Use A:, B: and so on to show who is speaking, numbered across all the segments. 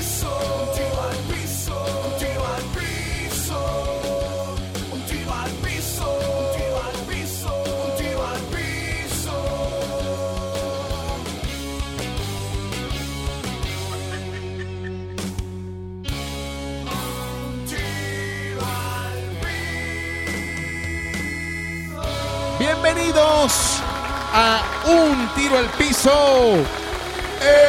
A: Um
B: Bienvenidos a Un Tiro al Piso. El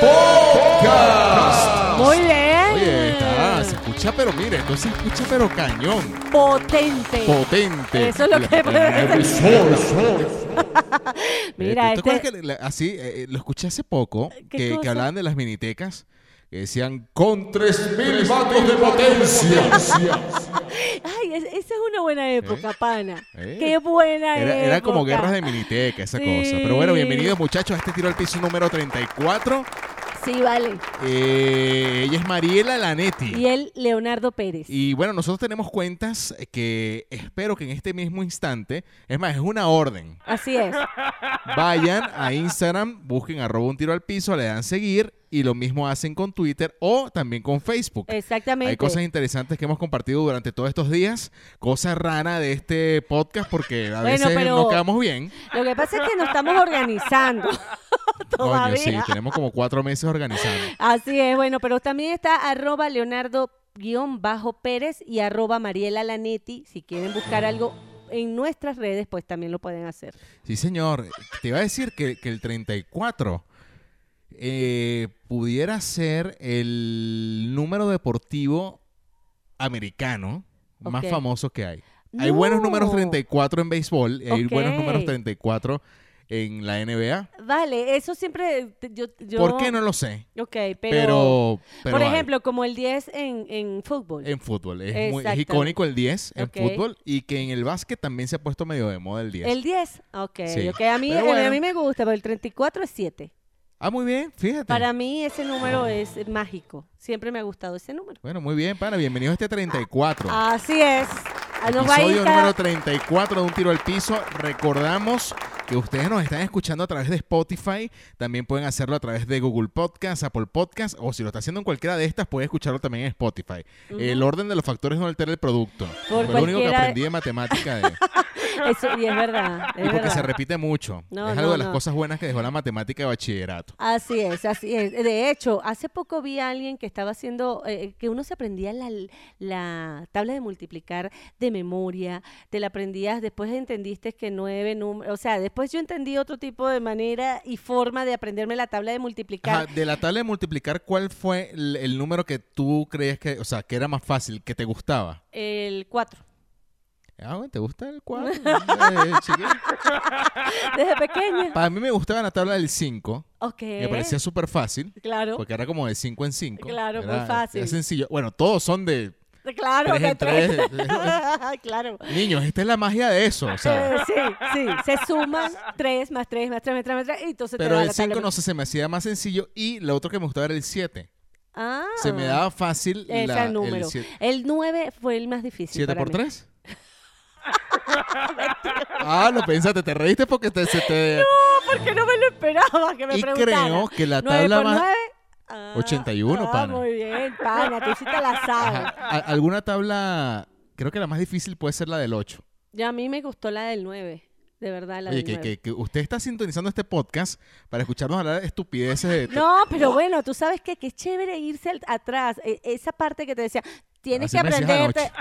B: podcast.
C: Muy bien.
B: Oye, está, se escucha, pero mire, no se escucha, pero cañón.
C: Potente.
B: Potente.
C: Eso es lo que- Mira,
B: ¿Tú te acuerdas
C: este.
B: que la- así, eh, eh, lo escuché hace poco,
C: ¿Qué
B: que, que
C: cosa?
B: hablaban de las minitecas, que decían, con 3.000 vatos de potencia.
C: este, Ay, es- esa es una buena época, pana.
B: Eh.
C: Qué buena
B: Era,
C: época.
B: era como guerras de miniteca, esa
C: Sí.
B: cosa. Pero bueno, bienvenidos muchachos a este tiro al piso número 34.
C: Sí, vale.
B: Eh, ella es Mariela Lanetti.
C: Y él, Leonardo Pérez.
B: Y bueno, nosotros tenemos cuentas eh, que espero que en este mismo instante, es más, es una orden.
C: Así es.
B: Vayan a Instagram, busquen arroba un tiro al piso, le dan seguir y lo mismo hacen con Twitter o también con Facebook.
C: Exactamente.
B: Hay cosas interesantes que hemos compartido durante todos estos días, cosa rana de este podcast porque a
C: Bueno,
B: veces
C: pero-
B: no quedamos bien.
C: Lo que pasa es que nos estamos organizando.
B: Coño,
C: Todavía.
B: sí, tenemos como cuatro meses organizando.
C: Así es, bueno, pero también está arroba Leonardo guión bajo Pérez y arroba Mariela Lanetti. Si quieren buscar algo en nuestras redes, pues también lo pueden hacer.
B: Sí, señor. Te iba a decir que, que el 34 eh, pudiera ser el número deportivo americano más
C: Ok.
B: famoso que hay. Hay buenos
C: No.
B: números 34 en béisbol y hay buenos números
C: Ok.
B: 34 en la NBA.
C: Vale, eso siempre te- yo, yo-
B: ¿Por qué no lo sé?
C: Ok, pero,
B: Pero, pero
C: por
B: hay.
C: ejemplo, como el 10 en, en fútbol.
B: En fútbol. Es, muy- es
C: Exactamente.
B: icónico el 10 en
C: Ok.
B: fútbol y que en el básquet también se ha puesto medio de moda el 10.
C: El 10, ok,
B: Sí.
C: ok. A mí,
B: Pero
C: a-
B: bueno.
C: a mí me gusta, pero el 34 es 7.
B: Ah, muy bien, fíjate.
C: Para mí ese número es mágico. Siempre me ha gustado ese número.
B: Bueno, muy bien, pana. Bienvenidos a este 34.
C: Así es. Ah, Nos va a ir
B: episodio
C: cada-
B: número 34 de Un Tiro al Piso. Recordamos que ustedes nos están escuchando a través de Spotify. También pueden hacerlo a través de Google Podcast, Apple Podcast. O si lo está haciendo en cualquiera de estas, puede escucharlo también en Spotify. El orden de los factores no altera el producto.
C: Por
B: Fue lo único que
C: cualquiera-
B: aprendí de matemática. de-
C: Eso- y es verdad. es
B: y porque
C: verdad.
B: se repite mucho.
C: No,
B: es algo
C: no,
B: de las
C: no.
B: cosas buenas que dejó la matemática de bachillerato.
C: Así es, así es. De hecho, hace poco vi a alguien que estaba haciendo, eh, que uno se aprendía la, la tabla de multiplicar de memoria, te la aprendías, después entendiste que nueve números, o sea, después yo entendí otro tipo de manera y forma de aprenderme la tabla de multiplicar.
B: Ajá, de la tabla de multiplicar, ¿cuál fue el, el número que tú creías que, o sea, que era más fácil, que te gustaba?
C: El 4.
B: Ah, bueno, ¿te gusta el Eh, 4?
C: Desde pequeña.
B: Para mí me gustaba la tabla del 5.
C: Ok.
B: Me parecía súper fácil.
C: Claro,
B: Porque era como de 5 en 5.
C: Claro, muy fácil.
B: Era sencillo. Bueno, todos son de
C: claro,
B: pues, tres
C: de
B: en tres.
C: tres. claro.
B: niños. Esta es la magia de eso. O sea,
C: Eh, sí, sí, se suman 3 más 3 más 3 más 3 más 3 y entonces te
B: pero
C: da
B: el
C: la tabla
B: 5 no sé, se me hacía más sencillo. Y lo otro que me gustaba era el 7.
C: Ah.
B: Se me daba fácil
C: Ese
B: la,
C: Eh, número.
B: el 7.
C: El 9 fue el más difícil.
B: ¿7
C: para
B: por
C: mí.
B: 3? ah, lo pensaste, te reíste porque te, se te...
C: Porque no me lo esperaba que me
B: y
C: preguntaran.
B: creo que la
C: 9
B: tabla
C: por
B: más...
C: 9. Ah,
B: 81,
C: ah,
B: pana.
C: Muy bien, pana. Tú sí te la sabes.
B: Ajá. A- Alguna tabla, creo que la más difícil puede ser la del 8.
C: Ya a mí me gustó la del 9. De verdad, la
B: Oye,
C: del
B: que,
C: 9.
B: que- que usted está sintonizando este podcast para escucharnos hablar de estupideces de...
C: No, pero bueno, tú sabes que qué chévere irse al- atrás. E- esa parte que te decía, tienes
B: Así
C: que
B: me decías
C: aprenderte.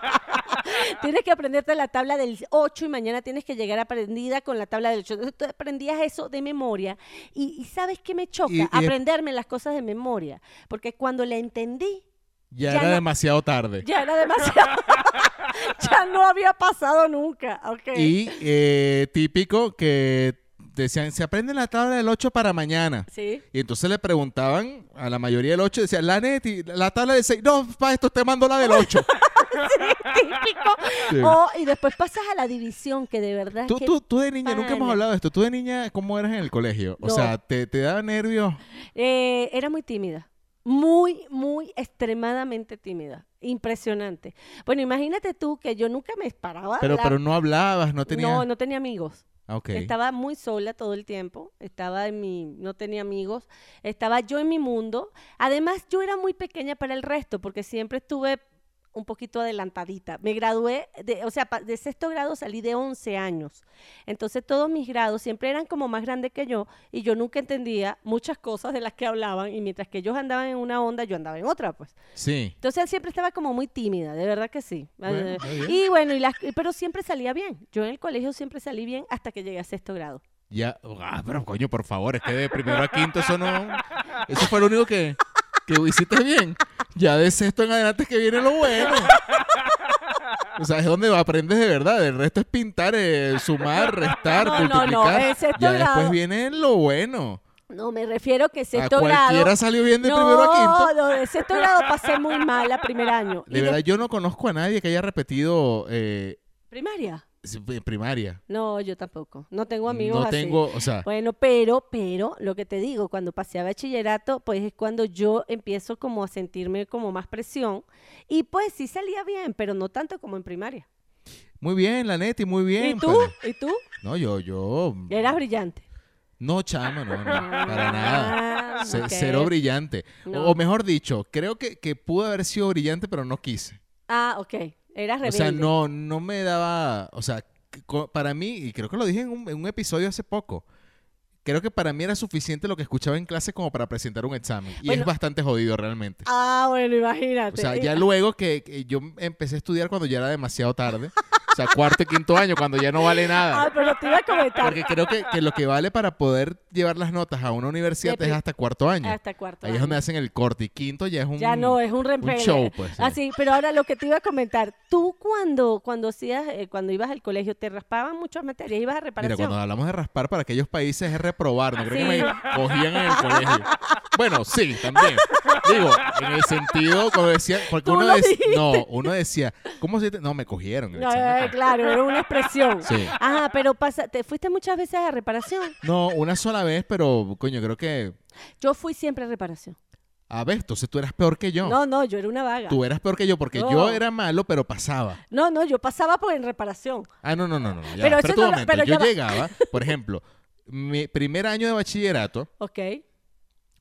C: tienes que aprenderte la tabla del 8 y mañana tienes que llegar aprendida con la tabla del 8. Entonces tú aprendías eso de memoria y, y sabes que me choca
B: Y- y de-
C: aprenderme las cosas de memoria, porque cuando la entendí
B: ya,
C: ya
B: era
C: no-
B: demasiado tarde.
C: ya era demasiado. ya no había pasado nunca. ok.
B: Y eh, típico que decían, se aprende la tabla del 8 para mañana.
C: Sí.
B: Y entonces le preguntaban a la mayoría del 8, decían, la neti, la tabla del 6, no, para esto te mando la del 8.
C: Típico.
B: Sí.
C: O- y después pasas a la división, que de verdad
B: tú,
C: que
B: tú, tú de niña, nunca hemos
C: pana.
B: hablado de esto, tú de niña, ¿cómo eras en el colegio? O
C: No.
B: sea, ¿te, te daba nervios?
C: Eh, era muy tímida. Muy, muy extremadamente tímida. Impresionante. Bueno, imagínate tú que yo nunca me paraba. a
B: Pero,
C: hablar.
B: pero no hablabas, no tenías...
C: Ah, No, no tenía amigos.
B: Ah, ok.
C: Estaba muy sola todo el tiempo. Estaba en mi. No tenía amigos. Estaba yo en mi mundo. Además, yo era muy pequeña para el resto, porque siempre estuve un poquito adelantadita. Me gradué, de, o sea, pa- de sexto grado salí de 11 años. Entonces todos mis grados siempre eran como más grandes que yo y yo nunca entendía muchas cosas de las que hablaban y mientras que ellos andaban en una onda, yo andaba en otra, pues.
B: Sí.
C: Entonces siempre estaba como muy tímida, de verdad que sí. Eh,
B: Bueno, está bien.
C: y bueno, y las, pero siempre salía bien. Yo en el colegio siempre salí bien hasta que llegué a sexto grado.
B: Ya, ah, pero coño, por favor, es que de primero a quinto eso no... Eso fue lo único que, que hiciste bien. Ya de sexto en adelante es que viene lo bueno. O sea, es donde aprendes de verdad. El resto es pintar, eh, sumar, restar,
C: No, no, no,
B: multiplicar.
C: el sexto
B: ya
C: grado.
B: después viene lo bueno.
C: No, me refiero que
B: a
C: sexto
B: cualquiera
C: grado...
B: salió bien de
C: no,
B: primero a quinto.
C: no, de sexto grado pasé muy mal a primer año.
B: De
C: Y
B: verdad, yo no conozco a nadie que haya repetido eh,
C: ¿Primaria?
B: en primaria.
C: No, yo tampoco. No tengo amigos
B: No
C: así.
B: tengo, o sea,
C: Bueno, pero, pero, lo que te digo, cuando pasé a bachillerato, pues es cuando yo empiezo como a sentirme como más presión. Y pues sí salía bien, pero no tanto como en primaria.
B: muy bien, la neta, y muy bien.
C: ¿Y tú?
B: pana.
C: ¿Y tú?
B: No, yo, yo.
C: Eras brillante.
B: No, chama, no, no, para nada.
C: Ah,
B: Ce-
C: ok.
B: Cero brillante. O-
C: No.
B: O, mejor dicho, creo que, que pude haber sido brillante, pero no quise.
C: Ah, ok. Eras rebelde.
B: O sea, no, no me daba. O sea, c- co- para mí, y creo que lo dije en un, en un episodio hace poco. Creo que para mí era suficiente lo que escuchaba en clase como para presentar un examen. Y
C: Bueno. eh,
B: es bastante jodido realmente.
C: Ah, bueno,
B: O
C: imagínate.
B: sea, ya luego que, que yo empecé a estudiar cuando ya era demasiado tarde. O sea, cuarto y quinto año, cuando ya no vale
C: Ah,
B: nada.
C: pero te iba a comentar.
B: Porque creo que, que lo que vale para poder llevar las notas a una universidad
C: De
B: es
C: pri-
B: hasta cuarto año.
C: Hasta Ah, cuarto.
B: Ahí es
C: año.
B: donde hacen el corte. Y quinto ya es un...
C: Ya no, es un repele.
B: show, pues, sí.
C: Así, pero ahora lo que te iba a comentar, tú cuando cuando hacías eh, cuando ibas al colegio te raspaban muchas materias, ibas a
B: Mira,
C: reparación.
B: cuando hablamos de raspar para aquellos países es reprobar. No creo que me cogían en el colegio. Bueno, sí, también. Digo, en el sentido, cuando decía... Porque
C: Tú
B: uno,
C: lo
B: dec-
C: dijiste.
B: No, uno decía... ¿Cómo se...? te- No, me cogieron. el
C: No,
B: examen.
C: eh, claro, era una expresión.
B: Sí.
C: Ah, pero pasa, te fuiste muchas veces a reparación.
B: No, una sola vez, pero coño, creo que...
C: Yo fui siempre a reparación.
B: A ver, entonces tú eras peor que yo.
C: No, no, yo era una vaga.
B: Tú eras peor que yo porque
C: No.
B: yo era malo, pero pasaba.
C: No, no, yo pasaba por en reparación.
B: Ah, no, no, no, no. no, ya
C: Pero
B: va,
C: eso
B: espérate un
C: no lo-
B: momento.
C: pero ya
B: yo
C: va.
B: llegaba, por ejemplo, mi primer año de bachillerato,
C: Ok,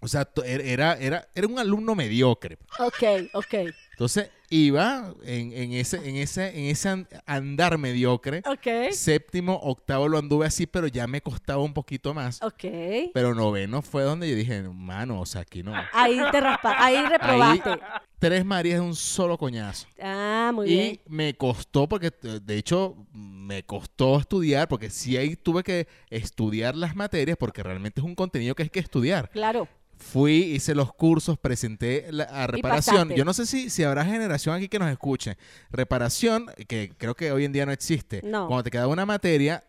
B: o sea, to- er- era, era, era un alumno mediocre.
C: ok, ok,
B: Entonces iba en, en ese, en ese, en ese an- andar mediocre.
C: ok,
B: Séptimo, octavo lo anduve así, pero ya me costaba un poquito más.
C: ok.
B: Pero noveno fue donde yo dije, mano, o sea, aquí no.
C: Ahí te raspa, ahí
B: Ahí,
C: reprobaste.
B: tres Marías de un solo coñazo.
C: Ah, muy bien.
B: Y me costó, porque eh, de hecho me costó estudiar, porque sí ahí tuve que estudiar las materias, porque realmente es un contenido que hay que estudiar.
C: Claro.
B: Fui, hice los cursos, presenté la, a reparación.
C: pasaste.
B: Yo no sé si, si habrá generación aquí que nos escuche. Reparación, que creo que hoy en día no existe.
C: No.
B: Cuando te quedaba una materia,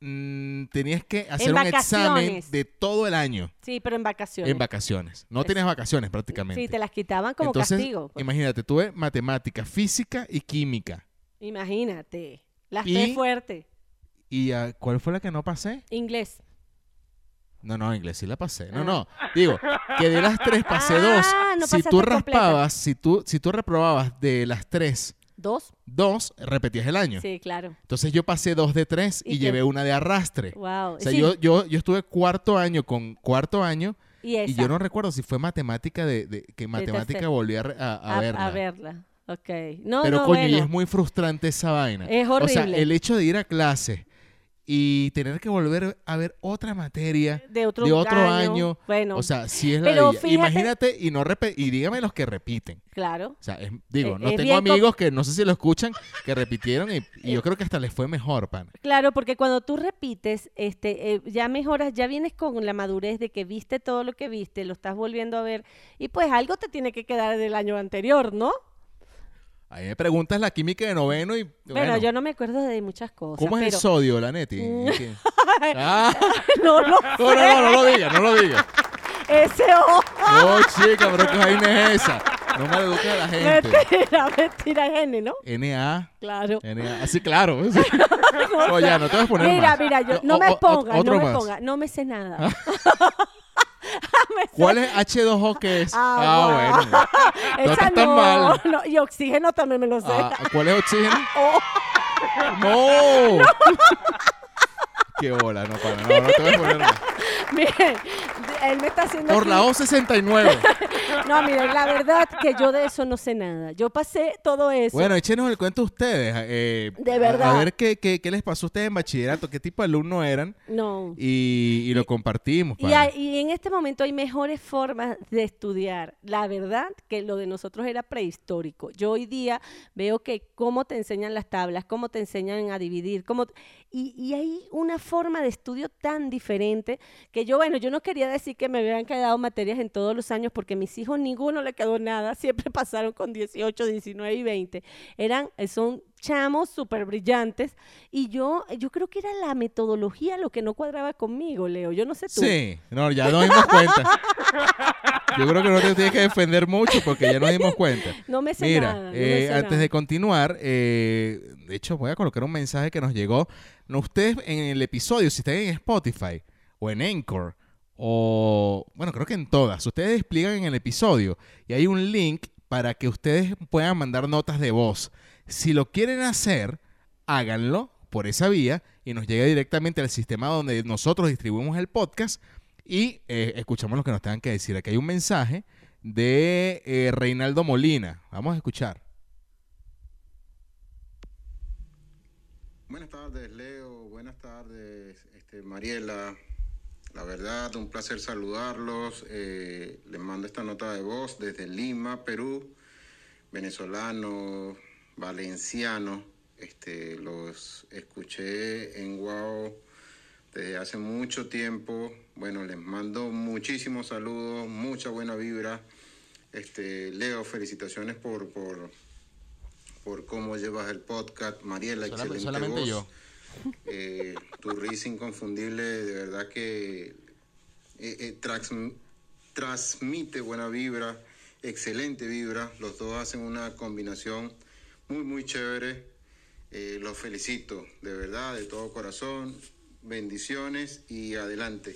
B: mm, tenías que hacer
C: En
B: un examen
C: vacaciones.
B: de todo el año
C: Sí, pero en vacaciones.
B: en vacaciones. No tenías vacaciones prácticamente.
C: Sí, te las quitaban como
B: Entonces, em
C: castigo. pues.
B: imagínate, tuve matemática, física y química.
C: Imagínate. Las
B: Y-
C: tres fuertes.
B: ¿Y ah, cuál fue la que no pasé?
C: Inglés.
B: No, no, inglés sí la pasé. No,
C: Ah.
B: no. Digo, que de las tres pasé dos.
C: Ah, no
B: si tú
C: pasaste completa.
B: raspabas, si tú, si tú reprobabas de las tres,
C: Dos.
B: dos, repetías el año.
C: Sí, claro.
B: Entonces yo pasé dos de tres y,
C: ¿Y qué?
B: llevé una de arrastre.
C: Wow.
B: O sea,
C: Sí,
B: yo, yo, yo estuve cuarto año con cuarto año
C: y,
B: y
C: esa,
B: yo no recuerdo si fue matemática de, de- que matemática
C: tercero.
B: volví a, re- a- a
C: a,
B: verla.
C: a verla. Ok. No,
B: Pero
C: no,
B: coño, y
C: bueno.
B: es muy frustrante esa vaina.
C: Es
B: O sea,
C: horrible.
B: el hecho de ir a clase y tener que volver a ver otra materia.
C: de otro,
B: de otro año,
C: Bueno,
B: O sea, sí es la
C: Pero fíjate-
B: Imagínate y no repe- y dígame los que repiten.
C: claro.
B: O sea, es- digo,
C: Eh,
B: no
C: es
B: tengo
C: bien Eh.
B: amigos que no sé si lo escuchan que repitieron y, y yo creo que hasta les fue mejor, pana.
C: Claro, porque cuando tú repites, este, eh, ya mejoras, ya vienes con la madurez de que viste todo lo que viste, lo estás volviendo a ver y pues algo te tiene que quedar del año anterior, ¿no?
B: Ahí me preguntas la química de noveno y
C: Bueno,
B: bueno,
C: yo no me acuerdo de muchas cosas.
B: ¿cómo es
C: pero... Mm.
B: el sodio, la neti? ¿En qué? Ah,
C: no, no,
B: no, no, no, no lo digas, no lo digas.
C: ese ojo.
B: No, chica, pero qué vaina es esa. No me educa a la gente.
C: Mentira, mentira, N, ¿no?
B: NA,
C: Claro.
B: NA. Así claro. sí. Eh, No, ya, no te vas a poner
C: Mira,
B: más.
C: mira, yo, no
B: O-
C: me
B: o-
C: pongas,
B: otro
C: no me
B: más. Ah.
C: pongas, no me sé nada.
B: ¿Cuál es H2O que es?
C: Ah,
B: ah bueno. No
C: Esa
B: estás tan
C: no,
B: mal.
C: no, y oxígeno también me lo sé. Oh.
B: Ah, ¿Cuál es oxígeno? ¡No! ¡Qué bola! No, para, no, no te voy a poner más.
C: Miren, él me está haciendo
B: Por la
C: aquí-
B: O69.
C: No, miren, la verdad que yo de eso no sé nada. Yo pasé todo eso.
B: Bueno, échenos el cuento ustedes. eh,
C: De
B: a- A,
C: verdad.
B: ver qué, qué- qué les pasó a ustedes en bachillerato, qué tipo de alumno eran
C: no.
B: y, y lo compartimos.
C: Y,
B: pana.
C: hay- y en este momento hay mejores formas de estudiar. La verdad que lo de nosotros era prehistórico. Yo hoy día veo que cómo te enseñan las tablas, cómo te enseñan a dividir, cómo t- y, y hay una forma de estudio tan diferente que yo, bueno, yo no quería decir que me habían quedado materias en todos los años porque mis hijos ninguno le quedó nada, siempre pasaron con 18, 19 y 20. Eran, eh, son chamos súper brillantes y yo, yo creo que era la metodología lo que no cuadraba conmigo, Leo. Yo no sé tú.
B: Sí, no, ya nos dimos cuenta. Yo creo que no te tienes que defender mucho porque ya nos dimos cuenta.
C: No me sé
B: Mira,
C: nada. no
B: eh,
C: me sé
B: antes
C: nada.
B: de continuar, eh, de hecho voy a colocar un mensaje que nos llegó. No, ustedes en el episodio, si están en Spotify o en Anchor, o bueno, creo que en todas, ustedes explican en el episodio y hay un link para que ustedes puedan mandar notas de voz. Si lo quieren hacer, háganlo por esa vía y nos llega directamente al sistema donde nosotros distribuimos el podcast y eh, escuchamos lo que nos tengan que decir. Aquí hay un mensaje de eh, Reinaldo Molina. Vamos a escuchar.
D: Buenas tardes, Leo. Buenas tardes, este, Mariela. La verdad, un placer saludarlos. Eh, les mando esta nota de voz desde Lima, Perú. Venezolano, valenciano. Este, los escuché en Guau desde hace mucho tiempo. Bueno, les mando muchísimos saludos, mucha buena vibra. Este, Leo, felicitaciones por, por, por cómo llevas el podcast. Mariela, excelente voz. Eh, tu risa inconfundible, de verdad que eh, eh, trans- transmite buena vibra, excelente vibra. Los dos hacen una combinación muy, muy chévere. Eh, los felicito, de verdad, de todo corazón. Bendiciones y adelante.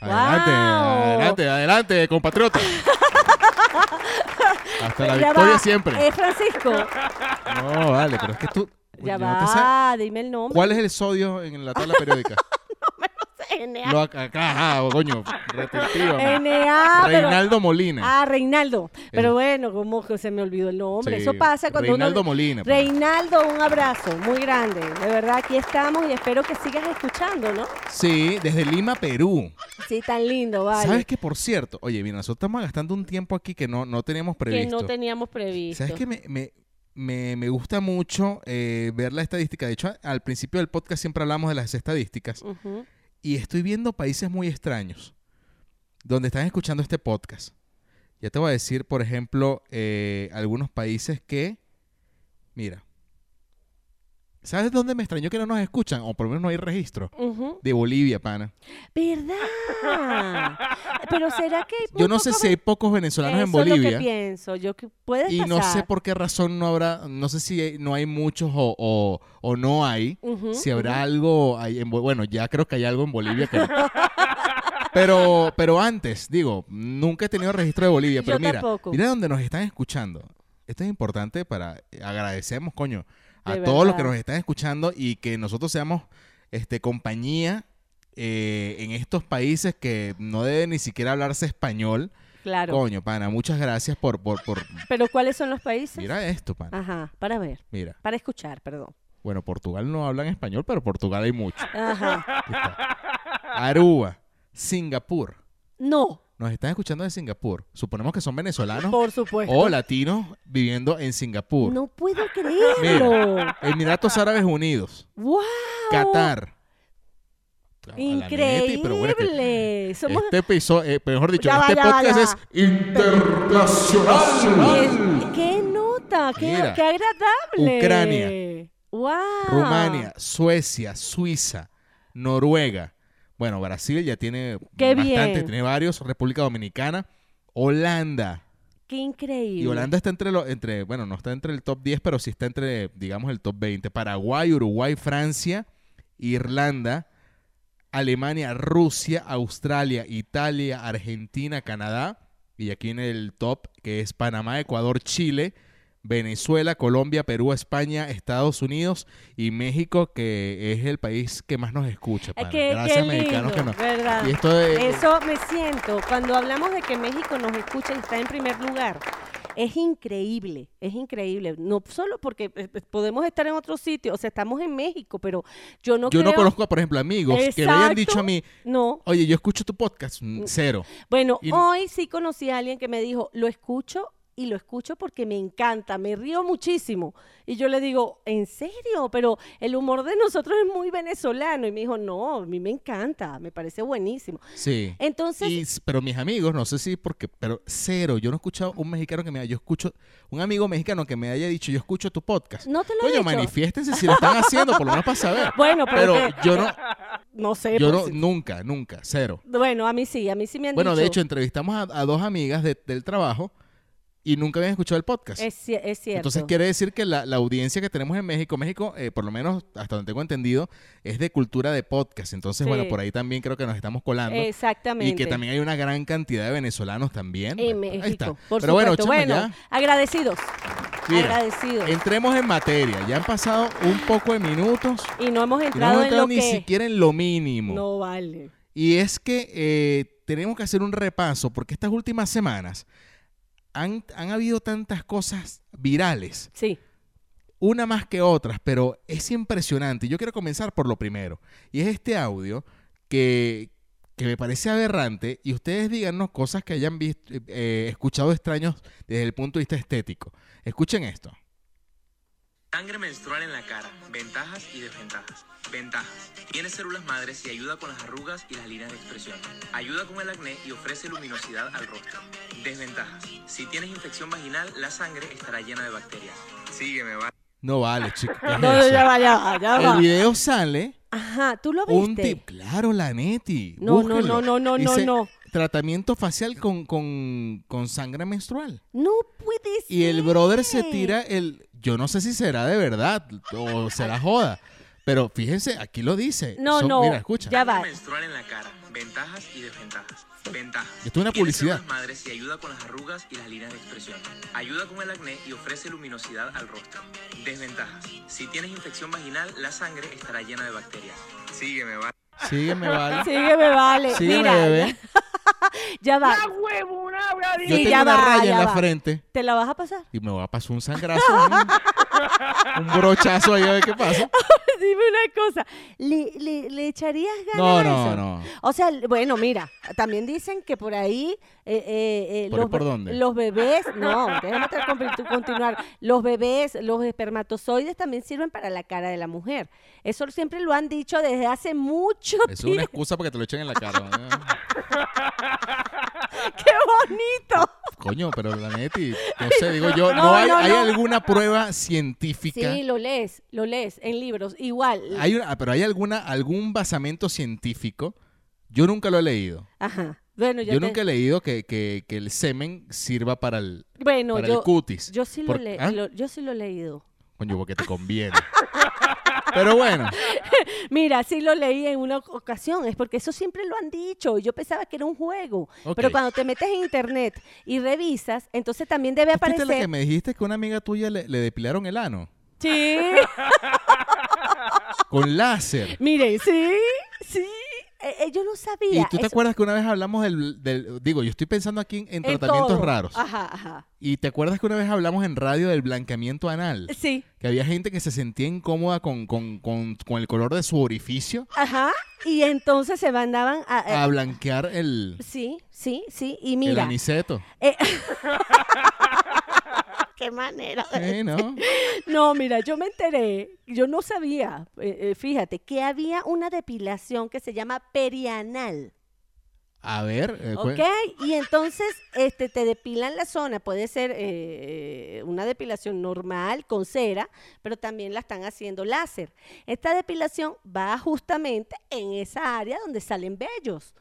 B: Adelante,
C: ¡Guau!
B: adelante, adelante, compatriota. Hasta la
C: Ya
B: victoria
C: va,
B: siempre.
C: eh, Francisco,
B: No, vale, pero es que tú.
C: ya
B: yo no te sé-
C: va, dime el nombre.
B: ¿Cuál es el sodio en la tabla periódica?
C: NA.
B: Lo ac- acá, ajá, coño, retentiva. man.
C: NA, Ah, pero-
B: Reinaldo Molina.
C: Ah, Reinaldo.
B: Eh.
C: Pero bueno, como que se me olvidó el nombre.
B: Sí,
C: Eso pasa cuando uno-
B: Reinaldo pues. Molina, pana.
C: Reinaldo, un abrazo muy grande. De verdad, aquí estamos y espero que sigas escuchando, ¿no?
B: Sí, desde Lima, Perú.
C: Sí, tan lindo, vale.
B: ¿Sabes que por cierto? Oye, mira, nosotros estamos gastando un tiempo aquí que no, no teníamos
C: que
B: previsto.
C: no teníamos previsto.
B: ¿Sabes qué? Me, me, me, me gusta mucho eh, ver la estadística. De hecho, a- al principio del podcast siempre hablamos de las estadísticas.
C: Ujú.
B: Y estoy viendo países muy extraños donde están escuchando este podcast. Ya te voy a decir, por ejemplo, eh, algunos países que. Mira. ¿Sabes dónde me extrañó que no nos escuchan? O por lo menos no hay registro.
C: Ujú.
B: De Bolivia, pana.
C: ¿Verdad? Pero será que hay muy
B: Yo no sé
C: pocos
B: si hay pocos venezolanos en
C: Eso es lo
B: Bolivia.
C: que pienso. Yo que puede
B: Y no sé
C: pasar.
B: por qué razón no habrá, no sé si hay- no hay muchos o, o- o no hay,
C: Ujú,
B: si habrá algo, ahí en Bo- bueno, ya creo que hay algo en Bolivia que no. Pero, pero antes, digo, nunca he tenido registro de Bolivia,
C: Yo
B: pero mira,
C: tampoco.
B: mira dónde nos están escuchando. Esto es importante para, eh, agradecemos, coño, a
C: De
B: todos los que
C: verdad.
B: nos están escuchando y que nosotros seamos este, compañía eh, en estos países que no debe ni siquiera hablarse español.
C: Claro.
B: Coño, pana, muchas gracias por, por, por,
C: Pero ¿cuáles son los países?
B: Mira esto, pana.
C: Ajá, para ver,
B: Mira.
C: para escuchar, perdón.
B: Bueno, Portugal no hablan español, pero Portugal hay mucho.
C: Ajá.
B: Aquí está. Aruba, Singapur.
C: No,
B: Nos están escuchando de Singapur. Suponemos que son venezolanos
C: por supuesto.
B: o latinos viviendo en Singapur.
C: No puedo creerlo.
B: Emiratos Árabes Unidos,
C: ¡Wow!
B: Qatar. A la
C: Increíble.
B: Neti, pero bueno, es que
C: Somos
B: Este episodio, eh, mejor dicho,
C: Ya va,
B: este
C: ya va,
B: podcast
C: ya
B: es internacional.
C: Es- ¡Qué nota! ¡Qué,
B: ¡Ah! Mira.
C: qué agradable!
B: Ucrania.
C: ¡Wow!
B: Rumania, Suecia, Suiza, Noruega. Bueno, Brasil ya tiene
C: Qué
B: bastante,
C: bien.
B: tiene varios, República Dominicana, Holanda.
C: ¡Qué increíble!
B: Y Holanda está entre los entre, bueno, no está entre el top 10, pero sí está entre digamos el top 20. Paraguay, Uruguay, Francia, Irlanda, Alemania, Rusia, Australia, Italia, Argentina, Canadá y aquí en el top que es Panamá, Ecuador, Chile, Venezuela, Colombia, Perú, España, Estados Unidos y México, que es el país que más nos escucha. pana.
C: Eh, qué,
B: Gracias,
C: qué
B: mexicanos,
C: lindo,
B: que nos-
C: ¿verdad?
B: Y esto de-
C: Eso me siento. Cuando hablamos de que México nos escucha y está en primer lugar, es increíble, es increíble. No solo porque eh, eh, podemos estar en otro sitio, o sea, estamos en México, pero yo no
B: yo
C: creo...
B: no conozco, por ejemplo, amigos que me hayan
C: Exacto.
B: dicho a mí,
C: No.
B: oye, yo escucho tu podcast, Mm, cero.
C: Bueno,
B: Y-
C: hoy sí conocí a alguien que me dijo, lo escucho y lo escucho porque me encanta, me río muchísimo. Y yo le digo, ¿en serio? Pero el humor de nosotros es muy venezolano. Y me dijo, no, a mí me encanta, me parece buenísimo.
B: Sí.
C: Entonces,
B: Y s- pero mis amigos, no sé si porque, pero cero. Yo no he escuchado un mexicano que me haya, yo escucho, un amigo mexicano que me haya dicho, yo escucho tu podcast.
C: No te lo he
B: Coño,
C: dicho.
B: manifiéstense si lo están haciendo, por lo menos para saber.
C: Bueno, pero,
B: Pero
C: que-
B: yo no,
C: no sé.
B: yo
C: pues,
B: no, nunca, nunca, cero.
C: Bueno, a mí sí, a mí sí me han
B: Bueno,
C: dicho.
B: de hecho, entrevistamos a, a dos amigas de- del trabajo y nunca habían escuchado el podcast.
C: es, ci- es cierto.
B: Entonces quiere decir que la, la audiencia que tenemos en México, México, eh, por lo menos hasta donde tengo entendido, es de cultura de podcast. Entonces,
C: Sí.
B: bueno, por ahí también creo que nos estamos colando.
C: Exactamente.
B: Y que también hay una gran cantidad de venezolanos también.
C: En
B: Bueno, ahí está.
C: México, por
B: Pero bueno,
C: supuesto.
B: chama,
C: Bueno,
B: ya.
C: agradecidos.
B: Mira,
C: agradecidos.
B: Entremos en materia. Ya han pasado un poco de minutos.
C: Y no
B: Y no hemos
C: hemos entrado en
B: entrado
C: lo
B: ni
C: que...
B: siquiera en lo mínimo.
C: No vale.
B: Y es que eh, tenemos que hacer un repaso porque estas últimas semanas han, han habido tantas cosas virales,
C: Sí.
B: una más que otras, pero es impresionante. Yo quiero comenzar por lo primero. Y es este audio que, que me parece aberrante y ustedes díganos cosas que hayan visto, eh, escuchado extraños desde el punto de vista estético. Escuchen esto.
E: Sangre menstrual en la cara. Ventajas y desventajas. Ventajas. Tiene células madres y ayuda con las arrugas y las líneas de expresión. Ayuda con el acné y ofrece luminosidad al rostro. Desventajas. Si tienes infección vaginal, la sangre estará llena de bacterias. Sígueme, va.
B: No vale, chicos. ¿qué es
C: No,
B: eso?
C: ya va, ya va, ya va.
B: El video sale
C: Ajá, ¿tú lo
B: Un
C: viste?
B: tip, claro, la Neti.
C: No, no,
B: búsquenlo.
C: no, no, no, no,
B: Dice,
C: no.
B: Tratamiento facial con, con, con sangre menstrual.
C: No puede ser.
B: Y el brother se tira el. Yo no sé si será de verdad o será joda. Pero fíjense, aquí lo dice.
C: No,
B: Son-
C: no.
B: Mira, escucha.
C: Ya va.
E: Sangre menstrual en la cara. Ventajas y desventajas. Ventajas.
B: Esto es una
E: Tiene
B: publicidad.
E: células madres y ayuda con las arrugas y las líneas de expresión. Ayuda con el acné y ofrece luminosidad al rostro. Desventajas. Si tienes infección vaginal, la sangre estará llena de bacterias. Sígueme, va.
B: Sígueme, vale.
C: Sígueme, vale.
B: Sígueme,
C: Mira,
B: bebé.
C: ya va.
B: Yo
C: Sí,
B: tengo
C: ya
B: una
C: va,
B: raya
C: ya
B: en la
C: va.
B: frente
C: ¿Te la vas a pasar?
B: y me va a pasar un sangrazo. ¿no? un brochazo ahí a ver qué pasa.
C: Dime una cosa, ¿le, le, le echarías ganas
B: No,
C: a
B: no,
C: eso?
B: no.
C: O sea, l- bueno, mira, también dicen que por ahí eh, eh, eh,
B: ¿Por ahí
C: los,
B: por
C: be-
B: dónde?
C: los bebés, no, déjame tra- comple- continuar, los bebés, los espermatozoides también sirven para la cara de la mujer. Eso siempre lo han dicho desde hace mucho
B: Eso es
C: tiempo.
B: una excusa para que te lo echen en la cara. ¿eh? ¿no?
C: ¡Qué bonito!
B: Coño, pero la Neti, no sé, digo yo, no,
C: No,
B: hay,
C: no,
B: hay
C: no.
B: alguna prueba científica.
C: Sí, lo lees, lo lees en libros, igual.
B: Hay una- pero hay alguna, algún basamento científico. Yo nunca lo he leído.
C: Ajá. Bueno,
B: Yo,
C: yo, te-
B: nunca he leído que, que- que el semen sirva para el,
C: bueno,
B: para
C: yo,
B: el cutis.
C: yo sí lo,
B: Por-
C: le-
B: ¿Ah?
C: lo- yo sí lo he leído.
B: Coño, porque te conviene. pero bueno,
C: Mira, sí lo leí en una ocasión, es porque eso siempre lo han dicho y yo pensaba que era un juego.
B: Ok.
C: Pero cuando te metes en internet y revisas, entonces también debe
B: ¿viste la que
C: aparecer.
B: me dijiste que una amiga tuya le, le depilaron el ano?
C: Sí,
B: Con láser.
C: miren, sí, sí. Eh, eh, yo no
B: y
C: sabía.
B: tú te
C: eso-
B: acuerdas que una vez hablamos del, del- digo, yo estoy pensando aquí en, en
C: en
B: tratamientos
C: todo. Ah.
B: raros.
C: Ajá, ajá.
B: Y te acuerdas que una vez hablamos en radio del blanqueamiento anal.
C: Sí,
B: Que había gente que se sentía incómoda con, con- con- con el color de su orificio
C: ajá. Y entonces se mandaban a. eh,
B: a blanquear el,
C: Sí, sí, sí. Y
B: el
C: mira.
B: aniceto.
C: eh, Qué manera. de
B: Sí, ¿no?
C: No, mira, yo me enteré, yo no sabía, eh, eh, fíjate, que había una depilación que se llama perianal,
B: A ver, eh, cu-
C: ¿ok? Y entonces este, te depilan la zona, puede ser eh, una depilación normal con cera, pero también la están haciendo láser. Esta depilación va justamente en esa área donde salen vellos.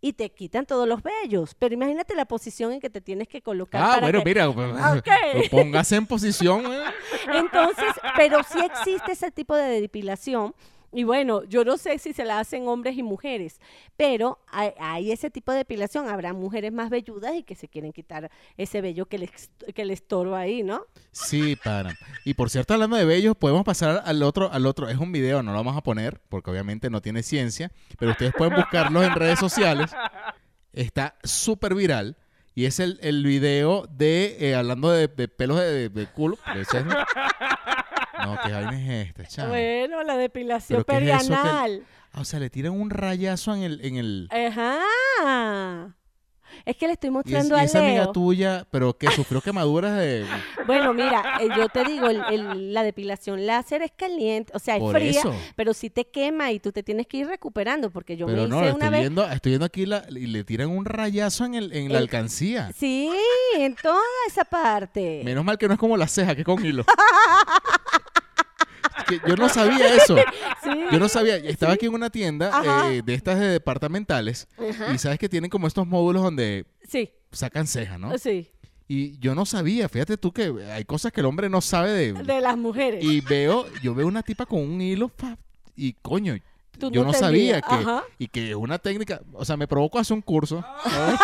C: Y te quitan todos los vellos. Pero imagínate la posición en que te tienes que colocar.
B: Ah,
C: para
B: bueno,
C: que-
B: mira, pues,
C: Ok.
B: póngase en posición. eh.
C: Entonces, pero sí existe ese tipo de depilación Y bueno, yo no sé si se la hacen hombres y mujeres, pero hay, hay ese tipo de depilación. Habrá mujeres más velludas y que se quieren quitar ese vello que les, que les estorba ahí, ¿no?
B: Sí, para. Y por cierto, hablando de bellos, podemos pasar al otro, al otro. Es un video, no lo vamos a poner, porque obviamente no tiene ciencia, pero ustedes pueden buscarlo en redes sociales. Está súper viral. Y es el, el video de, eh, hablando de, de pelos de, de culo. pero ese es- No, ¿qué vaina es esta, chamo?
C: Bueno, la depilación
B: ¿Pero qué es eso que-
C: perianal.
B: Ah, o sea, le tiran un rayazo en el... En el...
C: Ajá. Es que le estoy
B: Y, es-
C: mostrando
B: y esa
C: a
B: amiga
C: Leo.
B: tuya, pero que sufrió quemaduras de...
C: Bueno, mira, eh, yo te digo, el- el- la depilación láser es caliente, o sea, es
B: Por
C: fría,
B: eso.
C: pero sí te quema y tú te tienes que ir recuperando, porque yo me
B: Pero
C: hice
B: no,
C: una
B: estoy
C: vez.
B: viendo, estoy viendo aquí la, y le tiran un rayazo en, el, en la
C: El-
B: alcancía.
C: Eh, Sí, en toda esa parte.
B: Menos mal que no es como la ceja, que es con hilo. Es que yo no sabía eso.
C: Sí.
B: Yo no sabía. Estaba aquí en una tienda
C: Ajá.
B: eh, de estas de departamentales y sabes que tienen como estos módulos donde
C: Sí,
B: sacan ceja, ¿no?
C: sí,
B: Y yo no sabía. Fíjate tú que hay cosas que el hombre no sabe de.
C: de las mujeres.
B: Y veo, yo veo una tipa con un hilo fa, y coño.
C: Tú
B: yo no
C: no
B: sabía
C: tenías,
B: que
C: ajá.
B: y que es una técnica, o sea, me provocó hacer un curso.
C: Ah.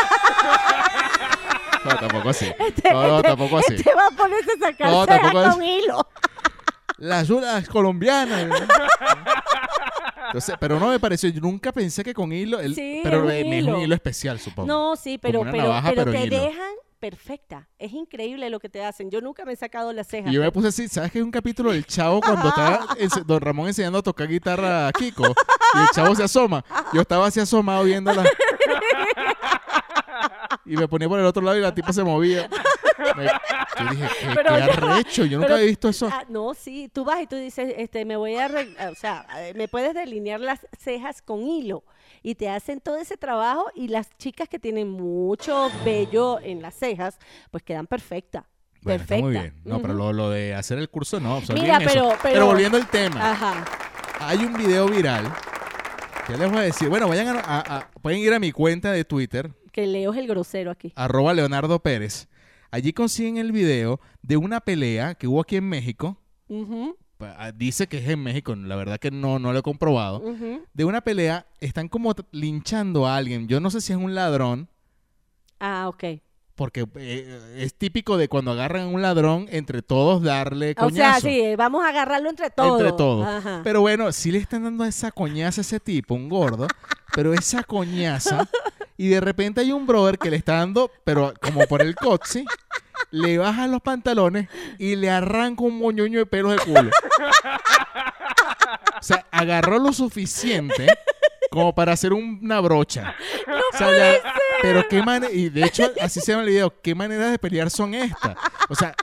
B: No, tampoco así. No, no, tampoco así.
C: Este va a ponerse a sacar
B: No,
C: ceja
B: tampoco es-
C: con hilo.
B: las unas colombianas. ¿no? Entonces, pero no me pareció, yo nunca pensé que con hilo, el-
C: Sí,
B: pero
C: es un
B: me- me es
C: hilo.
B: un hilo especial, supongo.
C: No, sí,
B: Como
C: pero,
B: una
C: pero,
B: navaja,
C: pero
B: pero
C: te
B: hilo.
C: dejan perfecta. Es increíble lo que te hacen. Yo nunca me he sacado las cejas.
B: Y yo me puse así, ¿sabes que hay un capítulo del chavo cuando está ense- Don Ramón enseñando a tocar guitarra a Kiko? Y el chavo se asoma. Yo estaba así asomado viéndola. Y me ponía por el otro lado y la tipa se movía. Me- yo dije, ¿qué,
C: Pero
B: qué
C: ya va,
B: arrecho? Yo nunca
C: pero-
B: he visto eso.
C: Ah, no, sí, tú vas y tú dices, este, me voy a, arreg- ah, o sea, eh, me puedes delinear las cejas con hilo y te hacen todo ese trabajo y las chicas que tienen mucho vello en las cejas, pues quedan perfectas.
B: Bueno, está
C: perfecta.
B: muy bien. No, pero
C: Ujú.
B: lo, lo de hacer el curso, no. o sea,
C: Mira,
B: olviden eso.
C: pero- pero- Ah.
B: volviendo al tema.
C: Ajá.
B: Hay un video viral. Ya les voy a decir. Bueno, vayan a, a- a- pueden ir a mi cuenta de Twitter,
C: Que Leo es el grosero aquí.
B: arroba Leonardo Pérez. Allí consiguen el video de una pelea que hubo aquí en México.
C: Ujú,
B: Pa- ah, Dice que es en México, la verdad que no, no lo he comprobado.
C: ujú.
B: De una pelea, están como t- linchando a alguien. Yo no sé si es un ladrón,
C: Ah, ok.
B: porque eh, es típico de cuando agarran a un ladrón, entre todos darle
C: O sea,
B: coñazo.
C: sí, eh, vamos a agarrarlo entre todos.
B: Entre todos.
C: Ajá.
B: Pero bueno, sí le están dando esa coñaza a ese tipo, un gordo, pero esa coñaza. Y de repente hay un brother que le está dando, pero como por el coxi, le baja los pantalones y le arranca un moñoño de pelos de culo. O sea, agarró lo suficiente como para hacer una brocha. O sea, la- Pero qué manera, y de hecho así se llama el video, ¿qué maneras de pelear son estas? O sea,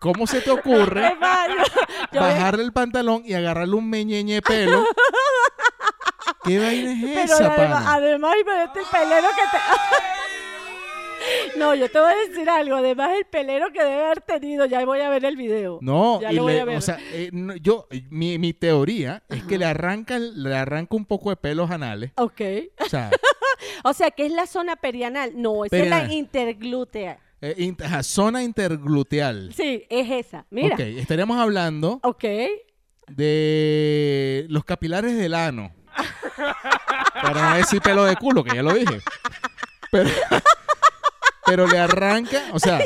B: ¿cómo se te ocurre?
C: Es malo. Yo ve-
B: bajarle el pantalón y agarrarle un meñeñe de pelo. ¿Qué vaina es
C: Pero
B: esa,
C: además,
B: pana?
C: además, imagínate el pelero que te... No, yo te voy a decir algo. Además, el pelero que debe haber tenido, ya voy a ver el video.
B: No,
C: ya
B: y
C: lo voy
B: le-
C: a ver.
B: o sea, eh, no, yo, mi, mi teoría es que le arranca, el- le arranca un poco de pelos anales.
C: Ok.
B: O sea,
C: O sea, que es la zona perianal. No, esa es
B: Perianal.
C: la interglútea.
B: eh, in- ajá, zona intergluteal.
C: Sí, es esa. Mira.
B: Ok, estaríamos hablando
C: Ok.
B: de los capilares del ano. Para no decir pelo de culo, que ya lo dije. Pero, pero le arranca, o sea,